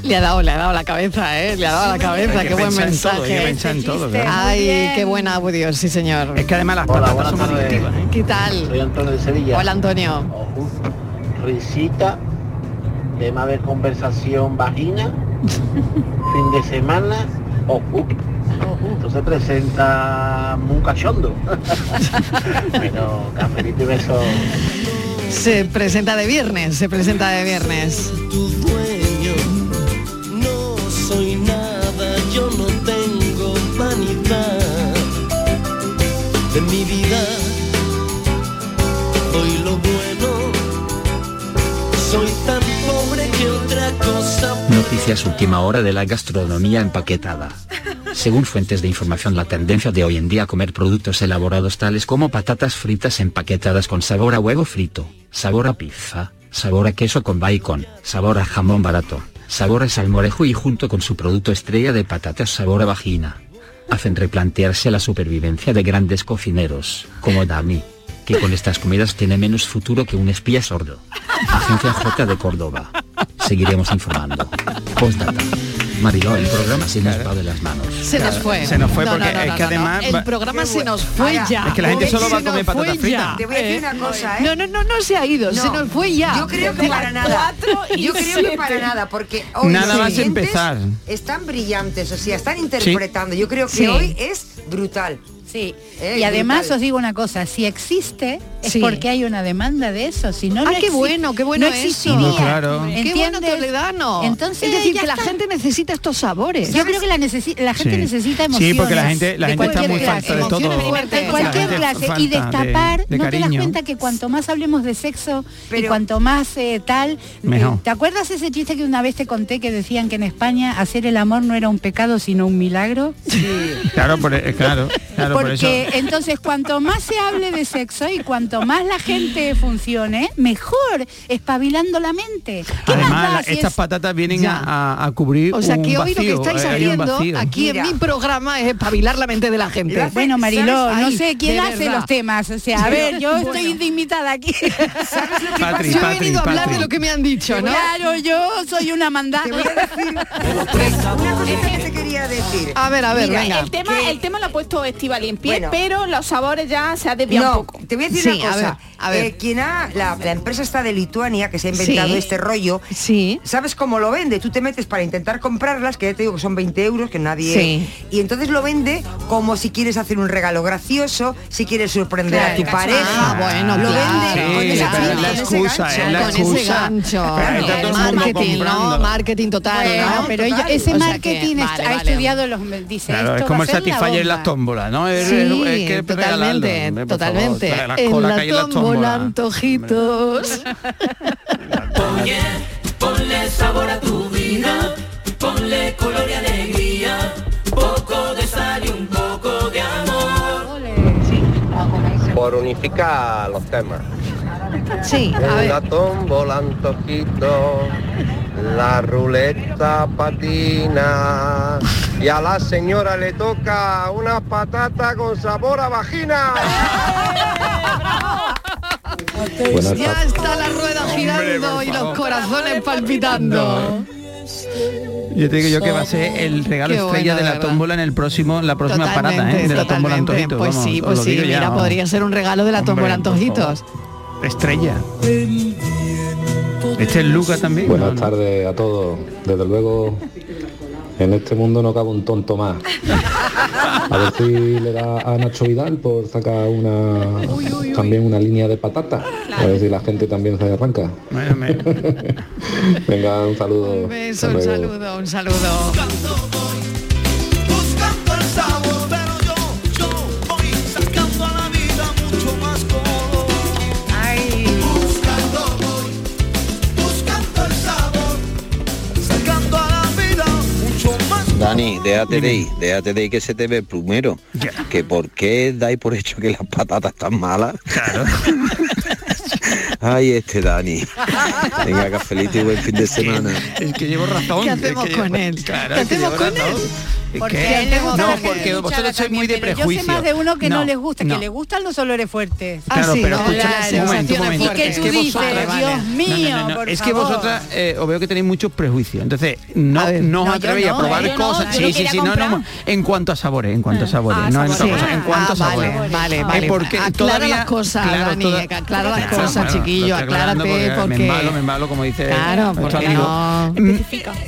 Speaker 5: Le ha dado, le ha dado la cabeza, ¿eh? Le ha dado la cabeza,
Speaker 6: Hay
Speaker 5: qué
Speaker 6: que
Speaker 5: buen
Speaker 6: pensar en todo,
Speaker 5: mensaje.
Speaker 6: hay que pensar en todo, claro.
Speaker 5: Ay, qué buen audio, sí señor. Es que además las
Speaker 6: patatas son adictivas, ¿eh?
Speaker 5: ¿Qué tal?
Speaker 28: Soy Antonio de Sevilla.
Speaker 5: Hola Antonio.
Speaker 28: Risita, tema de conversación vagina, fin de semana, ojo. Entonces presenta un
Speaker 5: [LAUGHS]
Speaker 28: cachondo. bueno, cafelito y beso.
Speaker 5: Se presenta de viernes, se presenta de viernes.
Speaker 19: dueño. No soy nada, yo no tengo vanidad de mi vida. Doy lo bueno, soy tan pobre que otra cosa
Speaker 18: Noticias última hora de la gastronomía empaquetada. Según fuentes de información, la tendencia de hoy en día a comer productos elaborados tales como patatas fritas empaquetadas con sabor a huevo frito, sabor a pizza, sabor a queso con bacon, sabor a jamón barato, sabor a salmorejo y junto con su producto estrella de patatas sabor a vagina. Hacen replantearse la supervivencia de grandes cocineros, como Dami, que con estas comidas tiene menos futuro que un espía sordo. Agencia J de Córdoba. Seguiremos informando. Postdata. Mariló, el programa se nos va de las manos.
Speaker 5: Se nos fue.
Speaker 18: Se nos fue
Speaker 5: No, no,
Speaker 18: porque
Speaker 5: no,
Speaker 18: es
Speaker 5: no,
Speaker 18: que
Speaker 5: no, no.
Speaker 18: además va-
Speaker 5: El programa
Speaker 18: Qué
Speaker 5: se
Speaker 18: bueno.
Speaker 5: nos fue
Speaker 18: Ahora,
Speaker 5: ya.
Speaker 18: Es que la gente solo va a
Speaker 5: Se
Speaker 18: comer
Speaker 5: nos
Speaker 18: patatas
Speaker 5: fue ya,
Speaker 18: fritas.
Speaker 11: Te voy a decir
Speaker 5: ¿eh?
Speaker 11: una cosa, ¿eh?
Speaker 5: No, no, no, no se ha ido, se
Speaker 11: No.
Speaker 5: nos fue ya.
Speaker 11: Yo creo que
Speaker 5: De
Speaker 11: para
Speaker 5: las
Speaker 11: nada.
Speaker 5: cuatro y
Speaker 11: Yo creo
Speaker 5: siete.
Speaker 11: que para nada, porque hoy
Speaker 6: Nada
Speaker 11: los
Speaker 6: más
Speaker 11: oyentes
Speaker 6: empezar.
Speaker 11: Están brillantes, o sea, están interpretando. Yo creo que
Speaker 8: Sí.
Speaker 11: hoy es brutal.
Speaker 8: Sí.
Speaker 11: Eh,
Speaker 8: y además
Speaker 11: brutal.
Speaker 8: os digo una cosa, si existe es
Speaker 11: Sí.
Speaker 8: porque hay una demanda de eso, si no
Speaker 5: Ah,
Speaker 8: no
Speaker 5: qué
Speaker 8: exi-
Speaker 5: bueno, qué bueno
Speaker 8: no
Speaker 5: eso.
Speaker 8: existiría.
Speaker 5: No, claro. Qué bueno,
Speaker 8: ¿Entiendes?
Speaker 5: Toledano.
Speaker 8: Entonces
Speaker 5: Es decir,
Speaker 8: ya
Speaker 5: que la
Speaker 8: está.
Speaker 5: gente necesita estos sabores.
Speaker 8: Yo creo que la, necesi- la gente
Speaker 6: Sí.
Speaker 8: necesita
Speaker 6: Sí,
Speaker 8: emociones.
Speaker 6: porque la gente- la
Speaker 8: de
Speaker 6: gente está
Speaker 8: cualquier
Speaker 6: muy
Speaker 8: clase.
Speaker 6: falta de todo.
Speaker 8: Emociones fuertes.
Speaker 6: La
Speaker 8: cualquier
Speaker 6: gente
Speaker 8: clase.
Speaker 6: falta
Speaker 8: Y
Speaker 6: de-
Speaker 8: destapar, no te
Speaker 6: de
Speaker 8: das
Speaker 6: cariño.
Speaker 8: cuenta que cuanto más hablemos de sexo y cuanto más eh, tal...
Speaker 6: Mejor.
Speaker 8: ¿Te acuerdas ese chiste que una vez te conté que decían que en España hacer el amor no era un pecado sino un milagro?
Speaker 6: Claro, por, eh, claro, claro, por eso. [LAUGHS]
Speaker 8: Porque entonces cuanto más se hable de sexo y cuanto más la gente funcione, mejor, espabilando la mente. ¿Qué más
Speaker 6: Además,
Speaker 8: da
Speaker 6: la-
Speaker 8: si
Speaker 6: estas
Speaker 8: es-
Speaker 6: patatas vienen a, a- a cubrir
Speaker 5: O sea,
Speaker 6: un
Speaker 5: que hoy lo que
Speaker 6: vacío,
Speaker 5: estáis
Speaker 6: eh, hay un
Speaker 5: haciendo
Speaker 6: vacío.
Speaker 5: aquí en mi programa es espabilar la mente de la gente.
Speaker 8: Bueno, Mariló, no
Speaker 5: Ay,
Speaker 8: sé quién
Speaker 5: de
Speaker 8: hace
Speaker 5: verdad.
Speaker 8: los temas. O sea, a ver, yo
Speaker 5: Bueno.
Speaker 8: estoy indimitada aquí. [LAUGHS] ¿Sabes
Speaker 5: lo que Patri, pasa? Yo he Patri, venido a hablar Patri. de lo que me han dicho, ¿no?
Speaker 8: Claro, yo soy una mandada.
Speaker 11: quería decir.
Speaker 5: A ver, a ver,
Speaker 9: Mira,
Speaker 5: venga.
Speaker 9: El tema,
Speaker 5: Que-
Speaker 9: el tema lo ha puesto Estivali en pie,
Speaker 11: Bueno.
Speaker 9: pero los sabores ya se ha desviado
Speaker 11: no,
Speaker 9: un poco.
Speaker 11: te voy a decir
Speaker 9: Sí,
Speaker 11: una
Speaker 9: a
Speaker 11: cosa.
Speaker 9: ver, a ver.
Speaker 11: Eh, quien ha- la, la empresa está de Lituania que se ha inventado
Speaker 9: Sí.
Speaker 11: este rollo.
Speaker 5: Sí.
Speaker 11: ¿Sabes cómo lo vende? Tú te metes para intentar comprarlas, que ya te digo que son 20 euros, que nadie.
Speaker 5: Sí.
Speaker 11: Y entonces lo vende como si quieres hacer un regalo gracioso, si quieres sorprender a
Speaker 5: Claro.
Speaker 11: tu pareja.
Speaker 5: Ah, bueno,
Speaker 11: lo
Speaker 5: claro.
Speaker 11: vende con
Speaker 5: Sí,
Speaker 11: esa
Speaker 5: pero
Speaker 11: pinta,
Speaker 5: la
Speaker 11: con ese
Speaker 5: excusa,
Speaker 11: gancho.
Speaker 5: es la Con ese excusa. gancho. Claro, está todo el mundo Marketing, ¿no? comprando. Marketing total, ¿no?
Speaker 8: Pero ella-
Speaker 5: Total.
Speaker 8: ese
Speaker 5: O sea que-
Speaker 8: marketing es-
Speaker 5: vale,
Speaker 8: ha
Speaker 5: vale.
Speaker 8: estudiado los... Dice,
Speaker 6: Claro, es
Speaker 8: esto
Speaker 6: como
Speaker 8: va a
Speaker 6: el
Speaker 8: ser la
Speaker 6: Satisfyer en
Speaker 8: bomba.
Speaker 6: las tómbolas, ¿no? Es, es-
Speaker 5: Sí,
Speaker 6: es que regalarlo,
Speaker 5: totalmente,
Speaker 6: hombre, por favor,
Speaker 5: totalmente.
Speaker 6: trae las
Speaker 5: en
Speaker 6: colas
Speaker 5: la
Speaker 6: que hay en las
Speaker 5: tómbola,
Speaker 6: tómbolas.
Speaker 5: antojitos.
Speaker 19: Ponle sabor a tu vida, ponle color y alegría, poco de sal y un poco de amor.
Speaker 16: Por unificar los temas.
Speaker 5: Sí, a
Speaker 16: El
Speaker 5: ver.
Speaker 16: latón volantojito, la ruleta patina y a la señora le toca una patata con sabor a vagina.
Speaker 1: Buenas
Speaker 5: Ya
Speaker 1: tardes.
Speaker 5: está la rueda girando y los corazones palpitando.
Speaker 6: Yo te digo yo que va a ser el regalo
Speaker 5: Qué bueno,
Speaker 6: estrella de
Speaker 5: de
Speaker 6: la
Speaker 5: verdad.
Speaker 6: tómbola en el próximo, la próxima parada, ¿eh?
Speaker 5: Totalmente,
Speaker 6: De la tómbola
Speaker 5: totalmente.
Speaker 6: Antojitos.
Speaker 5: Pues
Speaker 6: vamos,
Speaker 5: sí,
Speaker 6: os
Speaker 5: pues
Speaker 6: lo
Speaker 5: sí,
Speaker 6: digo ya,
Speaker 5: mira,
Speaker 6: vamos.
Speaker 5: podría ser un regalo de la tómbola
Speaker 6: Hombre, por
Speaker 5: antojitos.
Speaker 6: Estrella. ¿Este es Luca también?
Speaker 1: Buenas tardes a todos. Desde luego, En este mundo no cabe un tonto más. A ver si le da a Nacho Vidal por sacar una también una línea de patata. A ver si la gente también se arranca. [LAUGHS] Venga, un saludo.
Speaker 5: Un beso,
Speaker 1: Hasta
Speaker 5: un
Speaker 1: luego.
Speaker 5: saludo, un saludo.
Speaker 10: buscando el sabor, pero yo, yo voy sacando a la vida mucho más color. Buscando voy, buscando el sabor, sacando a la vida mucho más
Speaker 12: Dani, déjate de ahí, déjate de ahí que se te ve el plumero. Que por qué dais por hecho que las patatas están malas. Claro. [LAUGHS] Ay, este Dani.
Speaker 6: [LAUGHS]
Speaker 12: Venga, cafelito y buen fin de semana.
Speaker 6: Es que llevo razón.
Speaker 5: ¿Qué
Speaker 6: es que
Speaker 5: hacemos
Speaker 6: llevo-
Speaker 5: con él?
Speaker 6: Claro,
Speaker 5: ¿Qué
Speaker 6: es que
Speaker 5: hacemos
Speaker 6: llevo
Speaker 5: con él?
Speaker 6: razón. Es
Speaker 8: Porque
Speaker 6: que-
Speaker 8: a él le gusta la
Speaker 6: no,
Speaker 8: gente
Speaker 6: porque
Speaker 8: hinchada
Speaker 6: vosotros sois muy de
Speaker 8: también, pero
Speaker 6: prejuicio.
Speaker 8: Yo sé más de uno que no,
Speaker 6: le
Speaker 8: les gusta, que le gustan los olores fuertes.
Speaker 6: Ah, Claro, pero escucha, un momento, un momento.
Speaker 8: Y que tú dices, Dios mío,
Speaker 6: No, no, no,
Speaker 8: por
Speaker 6: es que
Speaker 8: favor.
Speaker 6: vosotras eh, os veo que tenéis muchos prejuicios. Entonces, no, no os
Speaker 8: No, yo
Speaker 6: atrevéis
Speaker 8: no,
Speaker 6: a probar
Speaker 8: yo no,
Speaker 6: cosas.
Speaker 8: yo
Speaker 6: sí,
Speaker 8: lo
Speaker 6: sí,
Speaker 8: quería
Speaker 6: sí, no, no.
Speaker 8: comprar.
Speaker 6: En cuanto a sabores, en cuanto a sabores, no en, otra cosa, en cuanto a
Speaker 5: Ah, vale,
Speaker 6: sabores.
Speaker 5: Vale,
Speaker 6: Es
Speaker 5: vale.
Speaker 6: porque
Speaker 5: aclara
Speaker 6: todavía-
Speaker 5: las cosas,
Speaker 6: claro,
Speaker 5: Dani,
Speaker 6: toda-
Speaker 5: aclara las
Speaker 6: Claro,
Speaker 5: cosas,
Speaker 6: bueno,
Speaker 5: chiquillo,
Speaker 6: lo estoy aclarando
Speaker 5: aclárate porque...
Speaker 6: Me embalo, me embalo, como dice
Speaker 5: Claro,
Speaker 6: nuestro
Speaker 5: porque
Speaker 6: amigo.
Speaker 5: no...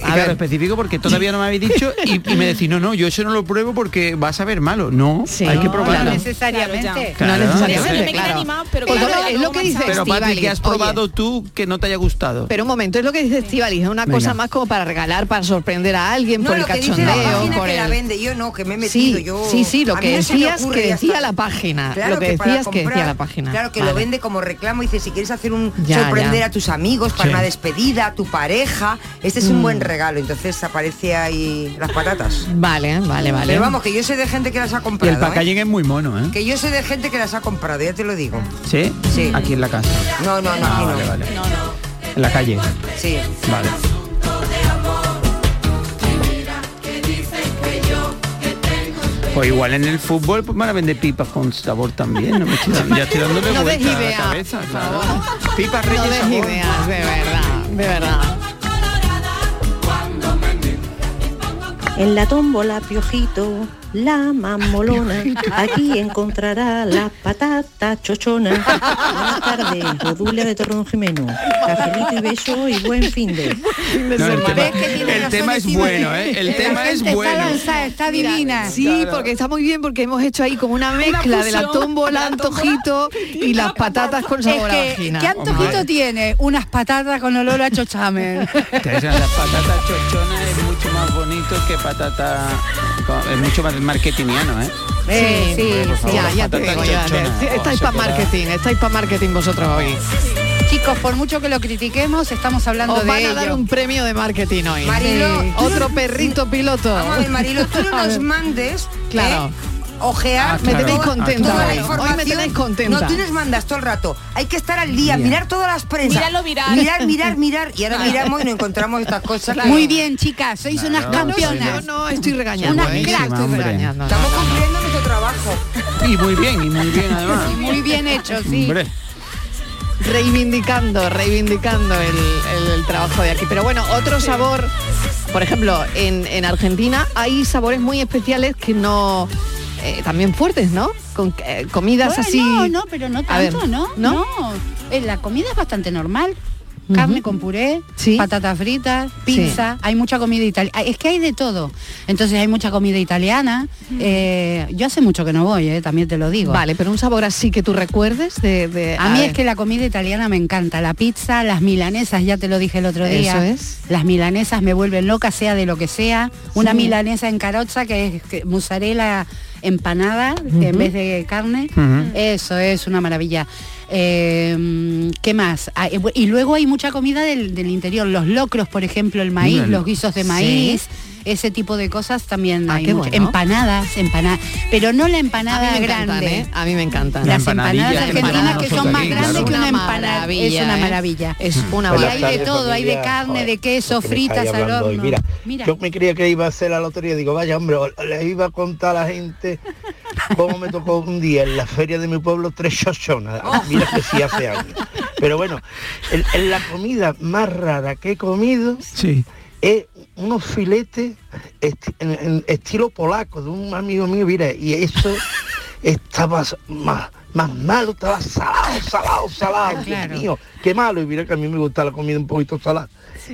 Speaker 6: A ver, específico porque todavía no me habéis dicho y, y me decís, no, no, yo eso no lo pruebo porque va a saber malo. No, hay que probarlo.
Speaker 8: No necesariamente.
Speaker 6: Claro,
Speaker 5: no necesariamente,
Speaker 6: entonces,
Speaker 5: claro.
Speaker 6: claro.
Speaker 5: pero
Speaker 6: Pero claro,
Speaker 5: es lo que dice
Speaker 6: Pero Patri,
Speaker 5: Estíbaliz,
Speaker 6: ¿qué has
Speaker 5: oye,
Speaker 6: probado tú que no te haya gustado?
Speaker 5: Pero un momento, es lo que dice Estivali, es una
Speaker 6: Venga.
Speaker 5: cosa más como para regalar, para sorprender a alguien
Speaker 11: No,
Speaker 5: por el
Speaker 11: lo que dice la
Speaker 5: cachondeo,
Speaker 11: página
Speaker 5: por
Speaker 11: que la
Speaker 5: el-
Speaker 11: vende, yo no, que me he metido
Speaker 5: Sí,
Speaker 11: yo.
Speaker 5: sí, sí, lo
Speaker 11: a
Speaker 5: que
Speaker 11: mí no se me
Speaker 5: decías
Speaker 11: ocurre,
Speaker 5: que
Speaker 11: ya
Speaker 5: decía
Speaker 11: está.
Speaker 5: la página,
Speaker 11: Claro
Speaker 5: lo que,
Speaker 11: para
Speaker 5: decías que decía
Speaker 11: comprar,
Speaker 5: la página.
Speaker 11: Claro, que lo
Speaker 5: Vale.
Speaker 11: vende como reclamo y dice, si quieres hacer un
Speaker 5: Ya,
Speaker 11: sorprender
Speaker 5: ya.
Speaker 11: a tus amigos para
Speaker 5: Sí.
Speaker 11: una despedida, a tu pareja, este es un
Speaker 5: Mm.
Speaker 11: buen regalo. Entonces aparece ahí las patatas.
Speaker 5: Vale, vale, vale.
Speaker 11: Pero vamos, que yo sé de gente que las ha
Speaker 6: Y el
Speaker 11: comprado. ¿eh?
Speaker 6: packaging es muy mono, ¿eh?
Speaker 11: Que yo sé de gente que las ha comprado, ya te lo digo.
Speaker 6: ¿Sí?
Speaker 11: Sí.
Speaker 6: Aquí en la casa,
Speaker 11: No, no, no, aquí no.
Speaker 6: Ah, vale, vale. en la calle.
Speaker 11: Sí.
Speaker 6: Vale. O Pues igual en el fútbol pues, van a vender pipas con sabor también. No me estoy dando- ya estoy dándole
Speaker 5: No des
Speaker 6: vuelta a la
Speaker 5: ideas,
Speaker 6: cabeza,
Speaker 5: por
Speaker 6: claro.
Speaker 5: favor.
Speaker 6: Pipas
Speaker 5: No
Speaker 6: reyes
Speaker 5: des
Speaker 6: sabor.
Speaker 5: ideas, de verdad, de verdad.
Speaker 19: En la tómbola, piojito, la mamolona, aquí encontrará la patata chochona. Buenas tardes, Rodulia de Torrón Jimeno. Cafelito y beso y buen fin de.
Speaker 6: No, el tema,
Speaker 19: Ves que tiene
Speaker 6: el
Speaker 19: razón,
Speaker 6: tema es
Speaker 19: Estíbaliz.
Speaker 6: bueno, ¿eh? El
Speaker 19: La
Speaker 6: tema es
Speaker 19: gente está
Speaker 6: bueno.
Speaker 19: lanzada,
Speaker 8: está
Speaker 5: Mira,
Speaker 8: divina.
Speaker 5: Sí,
Speaker 8: Claro.
Speaker 5: porque está muy bien porque hemos hecho ahí como una mezcla de la
Speaker 8: fusión,
Speaker 5: tómbola, antojito y las patatas con sabor a
Speaker 8: es que,
Speaker 5: vagina.
Speaker 8: ¿qué antojito
Speaker 5: Hombre.
Speaker 8: tiene? Unas patatas con olor a
Speaker 6: [LAUGHS]
Speaker 8: chochamen.
Speaker 6: Que sean las patatas chochonas es mucho más bonito que patata... Es mucho más marketingiano, ¿eh?
Speaker 5: Sí, sí,
Speaker 6: Hombre, por favor,
Speaker 5: ya,
Speaker 6: las
Speaker 5: ya te
Speaker 6: patatas
Speaker 5: digo, ya,
Speaker 6: chochonas.
Speaker 5: te- estáis
Speaker 6: Oh,
Speaker 5: para
Speaker 6: se queda-
Speaker 5: marketing, estáis para marketing vosotros hoy.
Speaker 8: Chicos, por mucho que lo critiquemos, estamos hablando
Speaker 5: Os
Speaker 8: de
Speaker 5: van a
Speaker 8: ello.
Speaker 5: dar un premio de marketing hoy.
Speaker 11: Marilo,
Speaker 5: Sí.
Speaker 11: tú
Speaker 5: otro
Speaker 11: no-
Speaker 5: perrito piloto.
Speaker 11: Vamos a ver, Marilo, tú
Speaker 5: [LAUGHS]
Speaker 11: no
Speaker 5: A ver.
Speaker 11: nos mandes
Speaker 5: Claro.
Speaker 11: ¿eh? ojear.
Speaker 5: Ah, Me claro. tenéis contenta
Speaker 11: toda la
Speaker 5: hoy. Hoy me
Speaker 11: información.
Speaker 5: tenéis contenta.
Speaker 11: No, tú nos mandas todo el rato. Hay que estar al día,
Speaker 5: Bien.
Speaker 11: mirar todas las prensas.
Speaker 8: Mirar lo viral.
Speaker 11: Mirar, mirar, mirar. Y ahora miramos y nos encontramos estas
Speaker 5: [LAUGHS]
Speaker 11: cosas. que-
Speaker 8: Muy bien, chicas, sois
Speaker 11: Claro,
Speaker 8: unas campeonas.
Speaker 5: No, no, estoy regañando.
Speaker 8: Unas
Speaker 5: ¿eh?
Speaker 8: cracks.
Speaker 5: Estoy
Speaker 6: hombre.
Speaker 5: regañando.
Speaker 11: Estamos cumpliendo nuestro trabajo.
Speaker 6: Y muy bien, y muy bien además.
Speaker 8: Y Muy bien hecho, sí.
Speaker 6: Hombre.
Speaker 5: reivindicando, reivindicando el, el- el trabajo de aquí. Pero bueno, otro sabor, por ejemplo, en, en Argentina hay sabores muy especiales que no, eh, también fuertes, ¿no? Con eh, comidas
Speaker 8: Bueno,
Speaker 5: así.
Speaker 8: No, no, pero no
Speaker 5: A ver,
Speaker 8: tanto, ¿no?
Speaker 5: ¿no?
Speaker 8: Eh, la comida es bastante normal. Carne con puré, patatas fritas, pizza, hay mucha comida italiana. Es que hay de todo. Entonces hay mucha comida italiana. Eh, yo hace mucho que no voy, eh, también te lo digo.
Speaker 5: Vale, pero un sabor así que tú recuerdes de... de-
Speaker 8: A mí
Speaker 5: ver.
Speaker 8: es que la comida italiana me encanta, la pizza, las milanesas, ya te lo dije el otro día.
Speaker 5: Eso es.
Speaker 8: Las milanesas me vuelven loca, sea de lo que sea. Una
Speaker 5: Sí.
Speaker 8: milanesa en carozza, que es que- mozzarella empanada que en
Speaker 5: Ujú.
Speaker 8: vez de carne.
Speaker 5: Ujú.
Speaker 8: Eso es una maravilla. Eh, ¿Qué más? Ah, y bu- y luego hay mucha comida del, del interior, los locros, por ejemplo, el maíz,
Speaker 5: Míralo.
Speaker 8: los guisos de
Speaker 5: Sí.
Speaker 8: maíz. Ese tipo de cosas también hay
Speaker 5: qué
Speaker 8: mucha-
Speaker 5: bueno.
Speaker 8: empanadas, empanadas, pero no la empanada
Speaker 5: a mí me
Speaker 8: grande.
Speaker 5: encantan, ¿eh? A mí me encantan.
Speaker 8: Las empanadas argentinas que son más grandes que una empanada.
Speaker 5: maravilla,
Speaker 8: Es una
Speaker 5: ¿eh?
Speaker 8: maravilla.
Speaker 5: Es una
Speaker 8: Y
Speaker 5: maravilla.
Speaker 8: hay de todo, hay de carne, de queso,
Speaker 20: que me estáis
Speaker 8: fritas al
Speaker 20: hablando hoy.
Speaker 8: horno.
Speaker 20: Mira,
Speaker 8: Mira.
Speaker 20: yo me creía que iba a hacer la lotería. Digo, vaya hombre, o- le iba a contar a la gente cómo me tocó un día en la feria de mi pueblo tres chochonas. Mira que sí hace años. Pero bueno, el- el- la comida más rara que he comido es unos filetes esti- en, en estilo polaco de un amigo mío, mira, y eso estaba s- más, más malo, estaba salado, salado, salado. Dios
Speaker 10: Claro.
Speaker 20: mío, qué malo. Y mira que a mí me gusta la comida un poquito salada.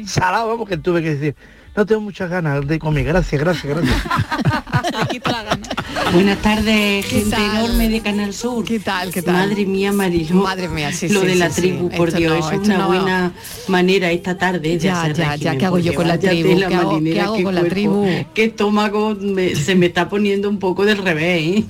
Speaker 20: Salado, vamos, que tuve que decir, no tengo muchas ganas de comer. Gracias, gracias, gracias.
Speaker 17: Buenas tardes, gente
Speaker 5: tal?
Speaker 17: enorme de Canal Sur. ¿Qué tal?
Speaker 5: qué tal?
Speaker 17: Madre mía, Marilo.
Speaker 5: Madre mía, sí,
Speaker 17: Lo
Speaker 5: sí,
Speaker 17: de
Speaker 5: sí,
Speaker 17: la
Speaker 5: sí.
Speaker 17: tribu, por
Speaker 5: Esto
Speaker 17: Dios,
Speaker 5: no,
Speaker 17: eso es
Speaker 5: esto
Speaker 17: una
Speaker 5: no.
Speaker 17: buena manera esta tarde de
Speaker 5: Ya,
Speaker 17: hacer
Speaker 5: ya, ya,
Speaker 17: régimen,
Speaker 5: ¿qué hago yo
Speaker 17: porque
Speaker 5: con la
Speaker 17: vaya
Speaker 5: tribu?
Speaker 17: tela
Speaker 5: ¿Qué hago-
Speaker 17: marinera,
Speaker 5: qué hago
Speaker 17: qué
Speaker 5: con la
Speaker 17: cuerpo,
Speaker 5: tribu?
Speaker 17: Qué estómago me- se me está poniendo un poco del revés.
Speaker 5: [LAUGHS]
Speaker 17: ¿eh?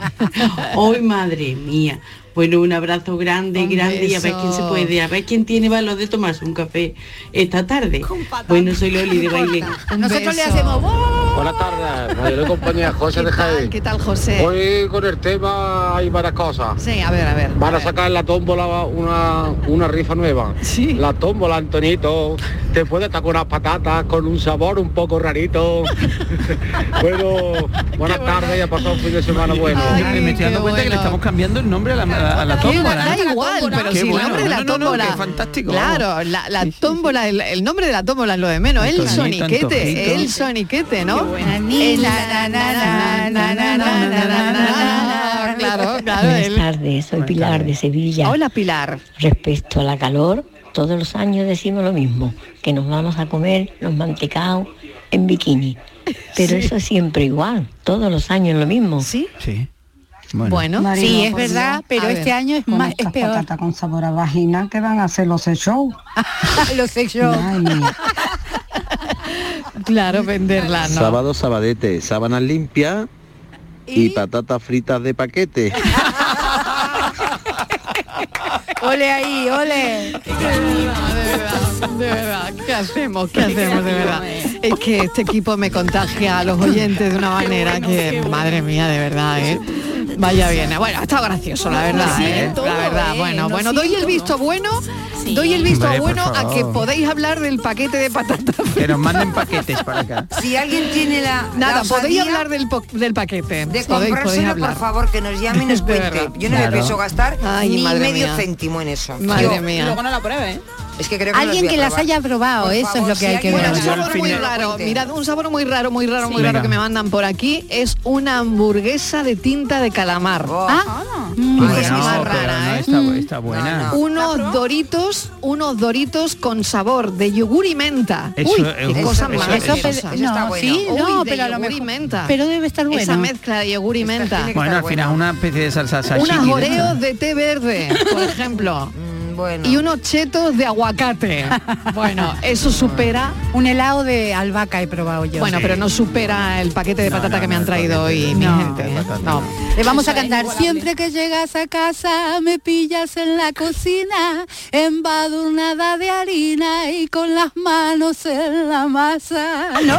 Speaker 17: Hoy, madre mía. Bueno, un abrazo grande, grande y a ver quién se
Speaker 5: beso.
Speaker 17: puede, a ver quién tiene valor de tomarse un café esta tarde. Bueno, soy
Speaker 22: [LAUGHS]
Speaker 17: Loli de Baile.
Speaker 5: Nosotros le hacemos ¡oh!
Speaker 21: Buenas tardes, Mayor compañía, José de Jaén.
Speaker 5: ¿Qué tal, José?
Speaker 21: Hoy con el tema hay varias cosas.
Speaker 5: Sí, a ver, a ver.
Speaker 21: Van a sacar en la tómbola una, una rifa nueva. La tómbola, Antonito, te puede estar con unas patatas con un sabor un poco rarito. bueno, buenas tardes y a pasar un fin de semana bueno.
Speaker 6: me estoy dando cuenta que le estamos cambiando el nombre a la, a la
Speaker 5: Qué
Speaker 6: tómbola.
Speaker 5: da igual, pero
Speaker 6: Qué
Speaker 5: si el
Speaker 6: bueno,
Speaker 5: nombre de la
Speaker 6: no, no, no,
Speaker 5: tómbola.
Speaker 6: qué fantástico.
Speaker 5: Claro, la, la tómbola, el, el nombre de la tómbola es lo de menos. El
Speaker 6: Antonito,
Speaker 5: soniquete,
Speaker 6: Antojito.
Speaker 5: el soniquete, ¿no?
Speaker 22: El
Speaker 5: na, na, na, na, na, na, na, na, na, na. [LAUGHS] Claro, claro.
Speaker 22: Buenas
Speaker 5: el-
Speaker 22: tardes, soy Pilar de Sevilla.
Speaker 5: Hola Pilar.
Speaker 22: Respecto a la calor, todos los años decimos lo mismo, que nos vamos a comer los mantecaos en bikini. Pero
Speaker 5: Sí.
Speaker 22: eso es siempre igual, todos los años lo mismo. Sí.
Speaker 6: Sí.
Speaker 22: Bueno.
Speaker 5: Marino,
Speaker 22: sí, es
Speaker 5: por
Speaker 22: verdad,
Speaker 5: Dios.
Speaker 22: pero
Speaker 5: A
Speaker 22: este
Speaker 5: ver.
Speaker 22: año es
Speaker 5: Con
Speaker 22: más
Speaker 5: estas
Speaker 22: es peor.
Speaker 5: patatas
Speaker 22: con sabor a vagina que van a hacer los show. los show.
Speaker 5: Claro,
Speaker 8: Ah,
Speaker 5: venderla, ¿no?
Speaker 12: Sábado, sabadete, sábanas limpias y, patatas fritas de paquete.
Speaker 5: Ole ahí, ole. De verdad, de verdad. ¿Qué hacemos? ¿Qué hacemos de verdad? Es que este equipo me contagia a los oyentes de una manera que, madre mía, de verdad, ¿eh? Vaya bien. Bueno, ha estado gracioso, la verdad,
Speaker 10: Sí,
Speaker 5: ¿eh?
Speaker 10: todo,
Speaker 5: La verdad,
Speaker 10: ¿eh?
Speaker 5: bueno,
Speaker 10: Lo
Speaker 5: bueno, doy el visto bueno, doy el visto
Speaker 6: Hombre, por
Speaker 5: bueno a
Speaker 6: favor.
Speaker 5: que podéis hablar del paquete de patatas.
Speaker 6: Que nos manden paquetes
Speaker 5: [LAUGHS]
Speaker 6: para acá.
Speaker 11: Si alguien tiene la
Speaker 5: Nada,
Speaker 11: la
Speaker 5: podéis
Speaker 11: osadía
Speaker 5: hablar del, po- del
Speaker 11: de
Speaker 5: paquete. podéis, podéis
Speaker 11: comprárselo,
Speaker 5: hablar.
Speaker 11: por favor, que nos llame y
Speaker 5: [LAUGHS]
Speaker 11: nos
Speaker 5: De
Speaker 11: cuente.
Speaker 5: verdad.
Speaker 11: Yo no
Speaker 5: Claro.
Speaker 11: me pienso gastar
Speaker 5: Ay,
Speaker 11: ni
Speaker 5: madre
Speaker 11: medio
Speaker 5: mía.
Speaker 11: céntimo en eso.
Speaker 5: Madre
Speaker 11: Yo-
Speaker 5: mía. Luego no la pruebe, ¿eh?
Speaker 11: Es que creo que
Speaker 8: Alguien que las haya probado, eso es lo que hay que ver.
Speaker 5: Bueno, un sabor muy raro, mirad, un sabor muy raro, muy raro, muy raro
Speaker 8: Venga.
Speaker 5: que me mandan por aquí es una hamburguesa de tinta de calamar. Ah,
Speaker 6: Bueno,
Speaker 5: Pues es más
Speaker 6: pero
Speaker 5: rara,
Speaker 6: no,
Speaker 5: ¿eh?
Speaker 6: está, bu- está buena.
Speaker 5: Unos doritos, unos doritos con sabor de yogur y menta.
Speaker 6: Eso
Speaker 5: Uy, qué
Speaker 6: es un-
Speaker 5: cosa
Speaker 6: eso-
Speaker 5: más
Speaker 6: eso-
Speaker 5: deliciosa.
Speaker 6: eso está
Speaker 5: Uy,
Speaker 6: bueno.
Speaker 5: de
Speaker 6: Sí,
Speaker 8: no,
Speaker 5: yogur
Speaker 8: pero a lo
Speaker 5: y
Speaker 8: mejor-
Speaker 5: menta.
Speaker 8: pero debe estar
Speaker 5: Esa
Speaker 8: bueno.
Speaker 5: mezcla de yogur y menta.
Speaker 6: Bueno, al final una especie de salsa sashimi.
Speaker 5: Unas
Speaker 6: de esa.
Speaker 5: oreos de té verde, por ejemplo. Y unos chetos
Speaker 8: [LAUGHS]
Speaker 5: de aguacate. Bueno, eso supera.
Speaker 8: Un helado de albahaca he probado yo.
Speaker 5: Bueno, pero no supera el paquete de patata que me han traído hoy, mi gente. ¿eh? No.
Speaker 8: Le vamos a cantar. Siempre que llegas a casa me pillas en la cocina, embadurnada de harina y con las manos en la masa. ¿No?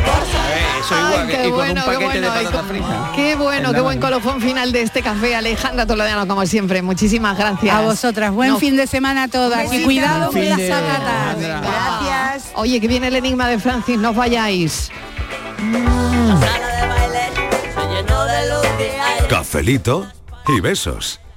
Speaker 6: Eh, Eso igual,
Speaker 5: qué
Speaker 6: que- y con
Speaker 5: bueno,
Speaker 6: un
Speaker 5: qué
Speaker 6: paquete de
Speaker 5: bueno, y
Speaker 6: patatas
Speaker 5: con-
Speaker 6: fritas.
Speaker 5: Qué bueno,
Speaker 6: En la
Speaker 5: qué buen
Speaker 6: mañana.
Speaker 5: colofón final de este café, Alejandra Toledano, como siempre. Muchísimas gracias.
Speaker 8: A vosotras, buen
Speaker 5: No,
Speaker 8: fin de semana a todas y
Speaker 5: Besitos.
Speaker 8: cuidado con
Speaker 5: Fin
Speaker 8: las
Speaker 5: de-
Speaker 8: zapatas.
Speaker 5: Gracias. Oye, que viene el enigma de Francis, no os vayáis.
Speaker 3: Cafelito y besos.